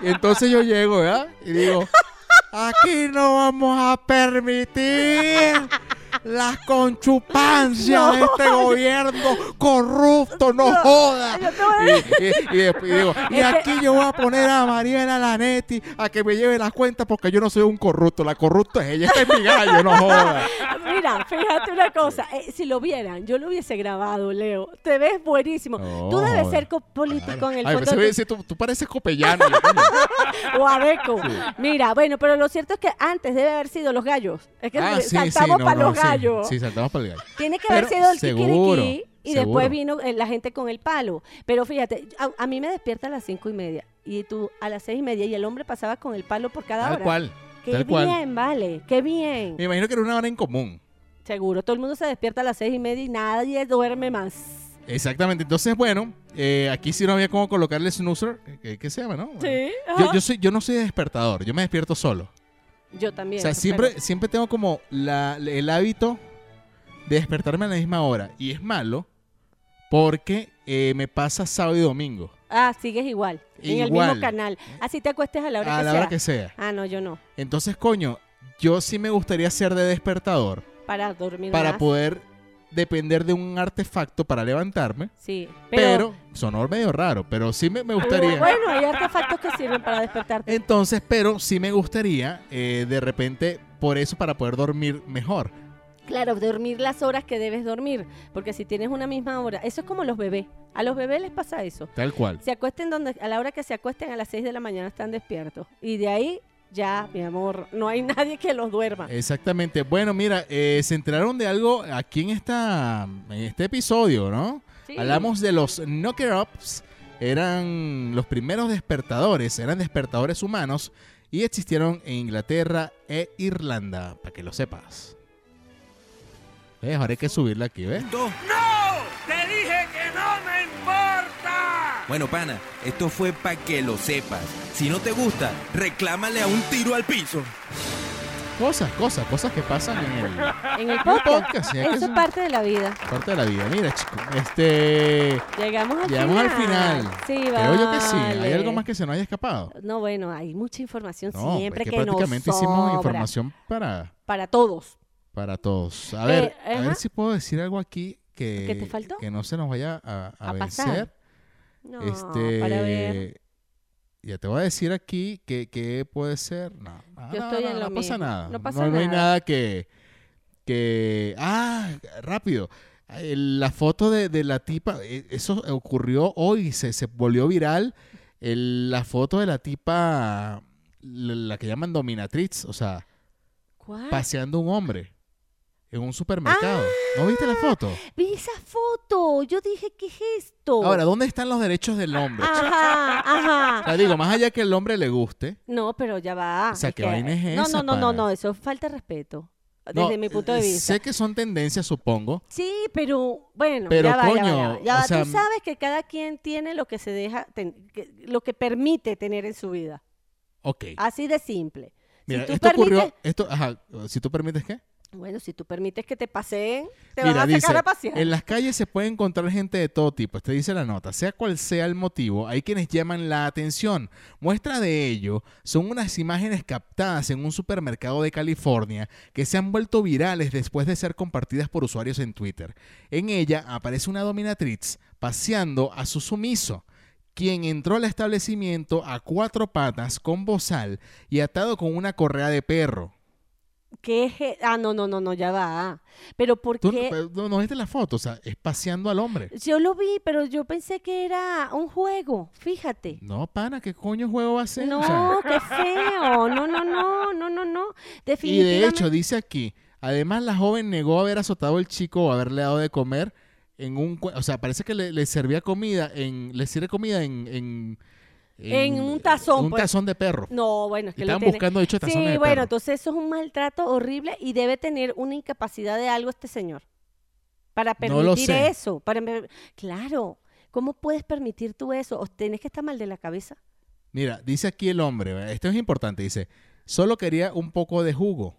B: Y entonces yo llego, ¿verdad? Y digo, aquí no vamos a permitir las conchupancias de este gobierno corrupto, no, joda.
C: yo te voy a
B: Y, y- y después digo, y aquí yo voy a poner a Mariela Lanetti a que me lleve las cuentas porque yo no soy un corrupto, la corrupta es ella, este es mi gallo, no joda.
C: Mira, fíjate una cosa. eh, si lo vieran, yo lo hubiese grabado, Leo. Te ves buenísimo. Tú
B: No,
C: debes
B: joder.
C: ser co- político en el
B: Ay,
C: fondo
B: pensé que
C: de-
B: decía, tú, tú pareces copellano. yo, coño.
C: o Abeco. Mira, bueno, pero lo cierto es que antes debe haber sido los gallos. Es que
B: Ah, sí, sí,
C: saltamos
B: no,
C: para
B: no,
C: los
B: sí,
C: gallos.
B: Sí, saltamos para el gallo.
C: Tiene que
B: Pero
C: haber sido el
B: seguro,
C: kikiriki y
B: seguro.
C: después vino eh, la gente con el palo. Pero fíjate, a, a mí me despierta a las cinco y media y tú a las seis y media y el hombre pasaba con el palo por cada
B: Tal
C: hora.
B: cual,
C: Qué
B: tal cual.
C: bien, vale, qué bien.
B: Me imagino que era una hora en común.
C: Seguro, todo el mundo se despierta a las seis y media y nadie duerme más.
B: Exactamente. Entonces, bueno, eh, aquí sí no había cómo colocarle snoozer, que, que se llama, ¿no?
C: Sí.
B: Yo,
C: ajá.
B: yo, soy, yo no soy despertador, yo me despierto solo.
C: Yo también.
B: o sea,
C: pero-
B: siempre, siempre tengo como la- el hábito de despertarme a la misma hora. Y es malo porque eh, me pasa sábado y domingo.
C: Ah, sigues igual. En el
B: Igual.
C: mismo canal. Así te acuestes a la hora,
B: a
C: que,
B: la
C: sea.
B: hora que sea.
C: Ah, no, yo no.
B: Entonces, coño, yo sí me gustaría ser de despertador
C: Para dormir
B: para
C: más.
B: poder depender de un artefacto para levantarme.
C: Sí. Pero,
B: Pero, sonó medio raro, pero sí me, me gustaría.
C: Bueno, hay artefactos que sirven para despertarte.
B: Entonces, pero sí me gustaría eh, de repente por eso para poder dormir mejor.
C: Claro, dormir las horas que debes dormir. Porque si tienes una misma hora, eso es como los bebés. A los bebés les pasa eso.
B: Tal cual.
C: Se acuesten donde, a la hora que se acuesten, a las 6 de la mañana están despiertos. Y de ahí, ya, mi amor, no hay nadie que los
B: Eh,
C: duerma.
B: Exactamente. Bueno, mira, eh, se enteraron de algo aquí en, esta, en este episodio, ¿no?
C: Sí.
B: Hablamos de los knocker ups. Eran los primeros despertadores, eran despertadores humanos y existieron en Inglaterra e Irlanda, para que lo sepas. ¿Ves? Ahora hay que subirla aquí, ¿ves?
F: Esto-
A: ¡Te dije que no me importa!
F: Bueno, pana, esto fue para que lo sepas. Si no te gusta, reclámale a un tiro al piso.
B: Cosas, cosas, cosas que pasan en el,
C: En el
B: podcast,
C: podcast.
B: sí, hay que
C: eso es
B: ser-
C: parte de la vida.
B: Parte de la vida. Mira, chico. Este.
C: Llegamos al
B: Llegamos al
C: final.
B: final.
C: Pues Sí,
B: Creo yo que sí. ¿Hay
C: vale.
B: algo más que se nos haya escapado?
C: No, bueno, hay mucha información
B: No,
C: siempre
B: es
C: que,
B: que, prácticamente
C: nos
B: hicimos
C: sobra
B: información para,
C: para todos.
B: para todos. A ver,
C: Eh,
B: a ver
C: ajá.
B: si puedo decir algo aquí que,
C: ¿Que te faltó?
B: que no se nos vaya a, a
C: A pasar.
B: vencer.
C: No,
B: este,
C: para ver.
B: Ya te voy a decir aquí que, que puede ser. No, no,
C: Yo
B: no,
C: estoy
B: no,
C: en
B: no
C: lo
B: pasa
C: mismo.
B: nada.
C: No pasa
B: hay
C: nada.
B: nada que, que. Ah, rápido. Eh, La foto de, de la tipa, eh, eso ocurrió hoy, se, se volvió viral. El- la foto de la tipa, la, la que llaman dominatrix, o sea,
C: ¿Cuál?
B: paseando un hombre en un supermercado. ¿No viste la foto?
C: Vi esa foto. Yo dije, ¿qué es esto?
B: Ahora, ¿dónde están los derechos del hombre?
C: Ah. Ajá,
B: O
C: ajá.
B: sea, digo, más allá que el hombre le guste,
C: No, pero ya va.
B: O sea,
C: es
B: ¿qué vaina es
C: No,
B: esa,
C: no, no, no,
B: pana?
C: no. Eso es falta de respeto.
B: No,
C: Desde mi punto de
B: eh,
C: vista.
B: Sé que son tendencias, supongo.
C: Sí, pero bueno,
B: Pero,
C: ya, va, ya va, ya
B: coño,
C: va, ya
B: o
C: va.
B: sea,
C: Tú sabes que cada quien tiene lo que se deja, ten- que- lo que permite tener en su vida.
B: Ok.
C: Así de simple.
B: Mira,
C: Ah, si tú
B: esto ocurrió.
C: permites-
B: Esto, ajá, si tú permites qué.
C: Bueno, si tú permites que te paseen, te
B: Mira,
C: van a
B: dice,
C: sacar a pasear.
B: en las calles se puede encontrar gente de todo tipo, te dice la nota. Sea cual sea el motivo, hay quienes llaman la atención. Muestra de ello son unas imágenes captadas en un supermercado de California que se han vuelto virales después de ser compartidas por usuarios en Twitter. En ella aparece una dominatrix paseando a su sumiso quien entró al establecimiento a cuatro patas con bozal y atado con una correa de perro.
C: ¿Qué es- Ah, no, no, no, no, ya va. Pero ¿por
B: Tú
C: qué?
B: no, no- no viste la foto, o sea, es paseando al hombre.
C: Yo lo vi, pero yo pensé que era un juego, fíjate.
B: No, pana, ¿qué coño juego va a ser? O sea,
C: No, qué feo. No, no, no, no, no, no.
B: y
C: Definitivamente.
B: de hecho, dice aquí, además la joven negó haber azotado al chico o haberle dado de comer en un... cue- O sea, parece que le, le servía comida en... Le sirve comida en... En,
C: En un tazón,
B: Un
C: pues.
B: tazón de perro.
C: No, bueno, es que lo
B: Estaban
C: tiene-
B: buscando, de hecho,
C: Sí,
B: tazones de
C: bueno,
B: perro.
C: entonces eso es un maltrato horrible y debe tener una incapacidad de algo este señor. Para
B: No lo
C: permitir
B: sé.
C: eso. Para... me- Claro. ¿Cómo puedes permitir tú eso? ¿O tienes que estar mal de la cabeza?
B: Mira, dice aquí el hombre, esto es importante, dice, solo quería un poco de jugo.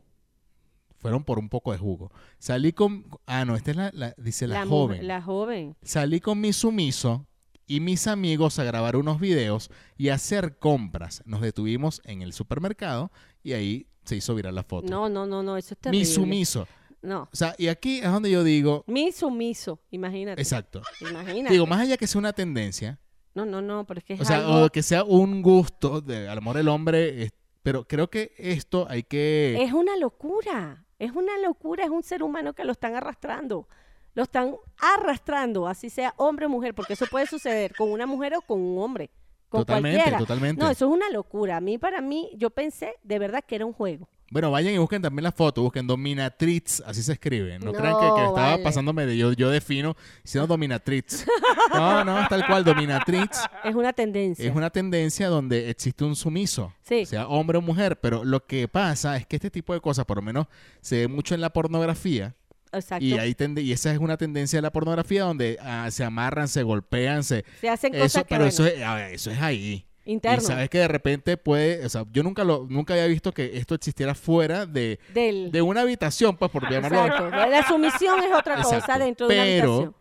B: Fueron por un poco de jugo. Salí con... Ah, no, esta es la... la- dice la,
C: mu-
B: joven.
C: La joven.
B: Salí con mi sumiso y mis amigos a grabar unos videos y a hacer compras. Nos detuvimos en el supermercado y ahí se hizo viral la foto.
C: No, no, no, no, eso es
B: mi
C: terrible.
B: sumiso.
C: No.
B: O sea, y aquí es donde yo digo,
C: Mi sumiso, imagínate.
B: exacto.
C: Imagínate.
B: Digo, más allá que sea una tendencia,
C: No, no, no, pero es que es
B: o sea,
C: algo-
B: o que sea un gusto, de, a lo mejor el hombre, es- pero creo que esto hay que...
C: Es una locura, es una locura, es un ser humano que lo están arrastrando. Lo están arrastrando, así sea hombre o mujer, porque eso puede suceder con una mujer o con un hombre. Con
B: Totalmente,
C: cualquiera.
B: totalmente.
C: No, eso es una locura. A mí, para mí, yo pensé de verdad que era un juego.
B: Bueno, vayan y busquen también la foto, busquen Dominatrix, así se escribe. No,
C: No,
B: crean que, que estaba
C: vale.
B: pasándome de yo, yo defino siendo Dominatrix. No, no, es tal cual, Dominatrix.
C: Es una tendencia.
B: Es una tendencia donde existe un sumiso,
C: Sí.
B: sea hombre o mujer, pero lo que pasa es que este tipo de cosas, por lo menos, se ve mucho en la pornografía
C: Exacto.
B: y, hay tende- y esa es una tendencia de la pornografía donde ah, se amarran, se golpean, se...
C: Se hacen cosas
B: Eso,
C: que,
B: pero
C: bueno,
B: eso es, a ver, eso es ahí.
C: interno.
B: Y sabes que de repente puede, o sea, yo nunca lo, nunca había visto que esto existiera fuera de,
C: Del,
B: de una habitación, pues por llamarlo.
C: exacto. La sumisión es otra cosa
B: Exacto.
C: dentro de una
B: Pero,
C: habitación.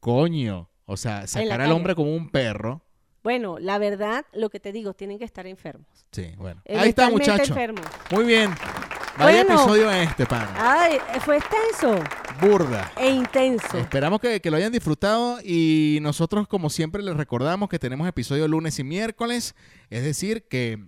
B: coño, o sea, sacar al
C: calle.
B: hombre como un perro.
C: Bueno, la verdad, lo que te digo, tienen que estar enfermos.
B: Sí, bueno. Ahí está,
C: Mentalmente
B: muchacho.
C: enfermos.
B: Muy bien. Vaya
C: Bueno.
B: episodio este, pana.
C: Ay, fue extenso
B: Burda.
C: e intenso.
B: Esperamos que, que lo hayan disfrutado y nosotros, como siempre, les recordamos que tenemos episodio lunes y miércoles. Es decir, que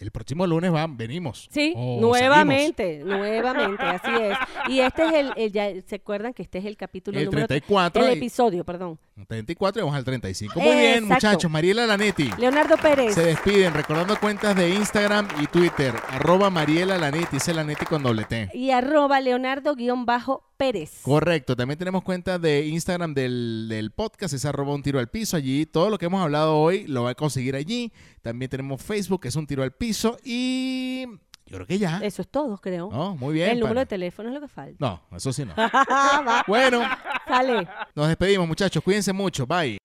B: el próximo lunes van, venimos. Oh,
C: Sí,
B: O
C: nuevamente, nuevamente, así es. Y este es el, el ya, ¿se acuerdan que este es el capítulo
B: El
C: número
B: 34
C: El
B: y-
C: episodio, perdón.
B: salimos. 34 y vamos al 35. Muy bien,
C: Exacto.
B: muchachos. Mariela Lanetti.
C: Leonardo Pérez.
B: Se despiden recordando cuentas de Instagram y Twitter. Arroba Mariela Lanetti. Dice Lanetti con doble T.
C: Y arroba Leonardo-Pérez.
B: Correcto, también tenemos cuenta de Instagram del, del podcast, es arroba un tiro al piso allí. Todo lo que hemos hablado hoy lo va a conseguir allí. También tenemos Facebook, que es un tiro al piso. Y yo creo que ya.
C: Eso es todo, creo.
B: No, muy bien.
C: el número
B: pana.
C: de teléfono es lo que falta.
B: No, eso sí no.
C: Ah, Va,
B: bueno,
C: sale.
B: nos despedimos muchachos, cuídense mucho, bye.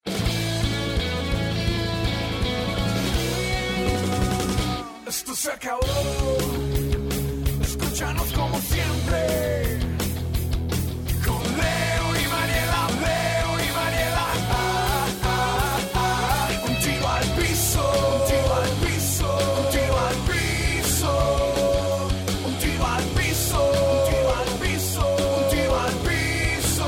A: Esto se acabó. Escúchanos como siempre. Con Leo y Mariela, Leo y Mariela. Ah, ah, ah. Un tiro al piso. Un tiro al piso. Un tiro al piso. Un tiro al piso. Un tiro al piso. Un tiro al piso.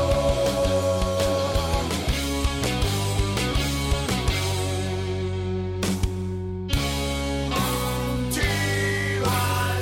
A: tiro al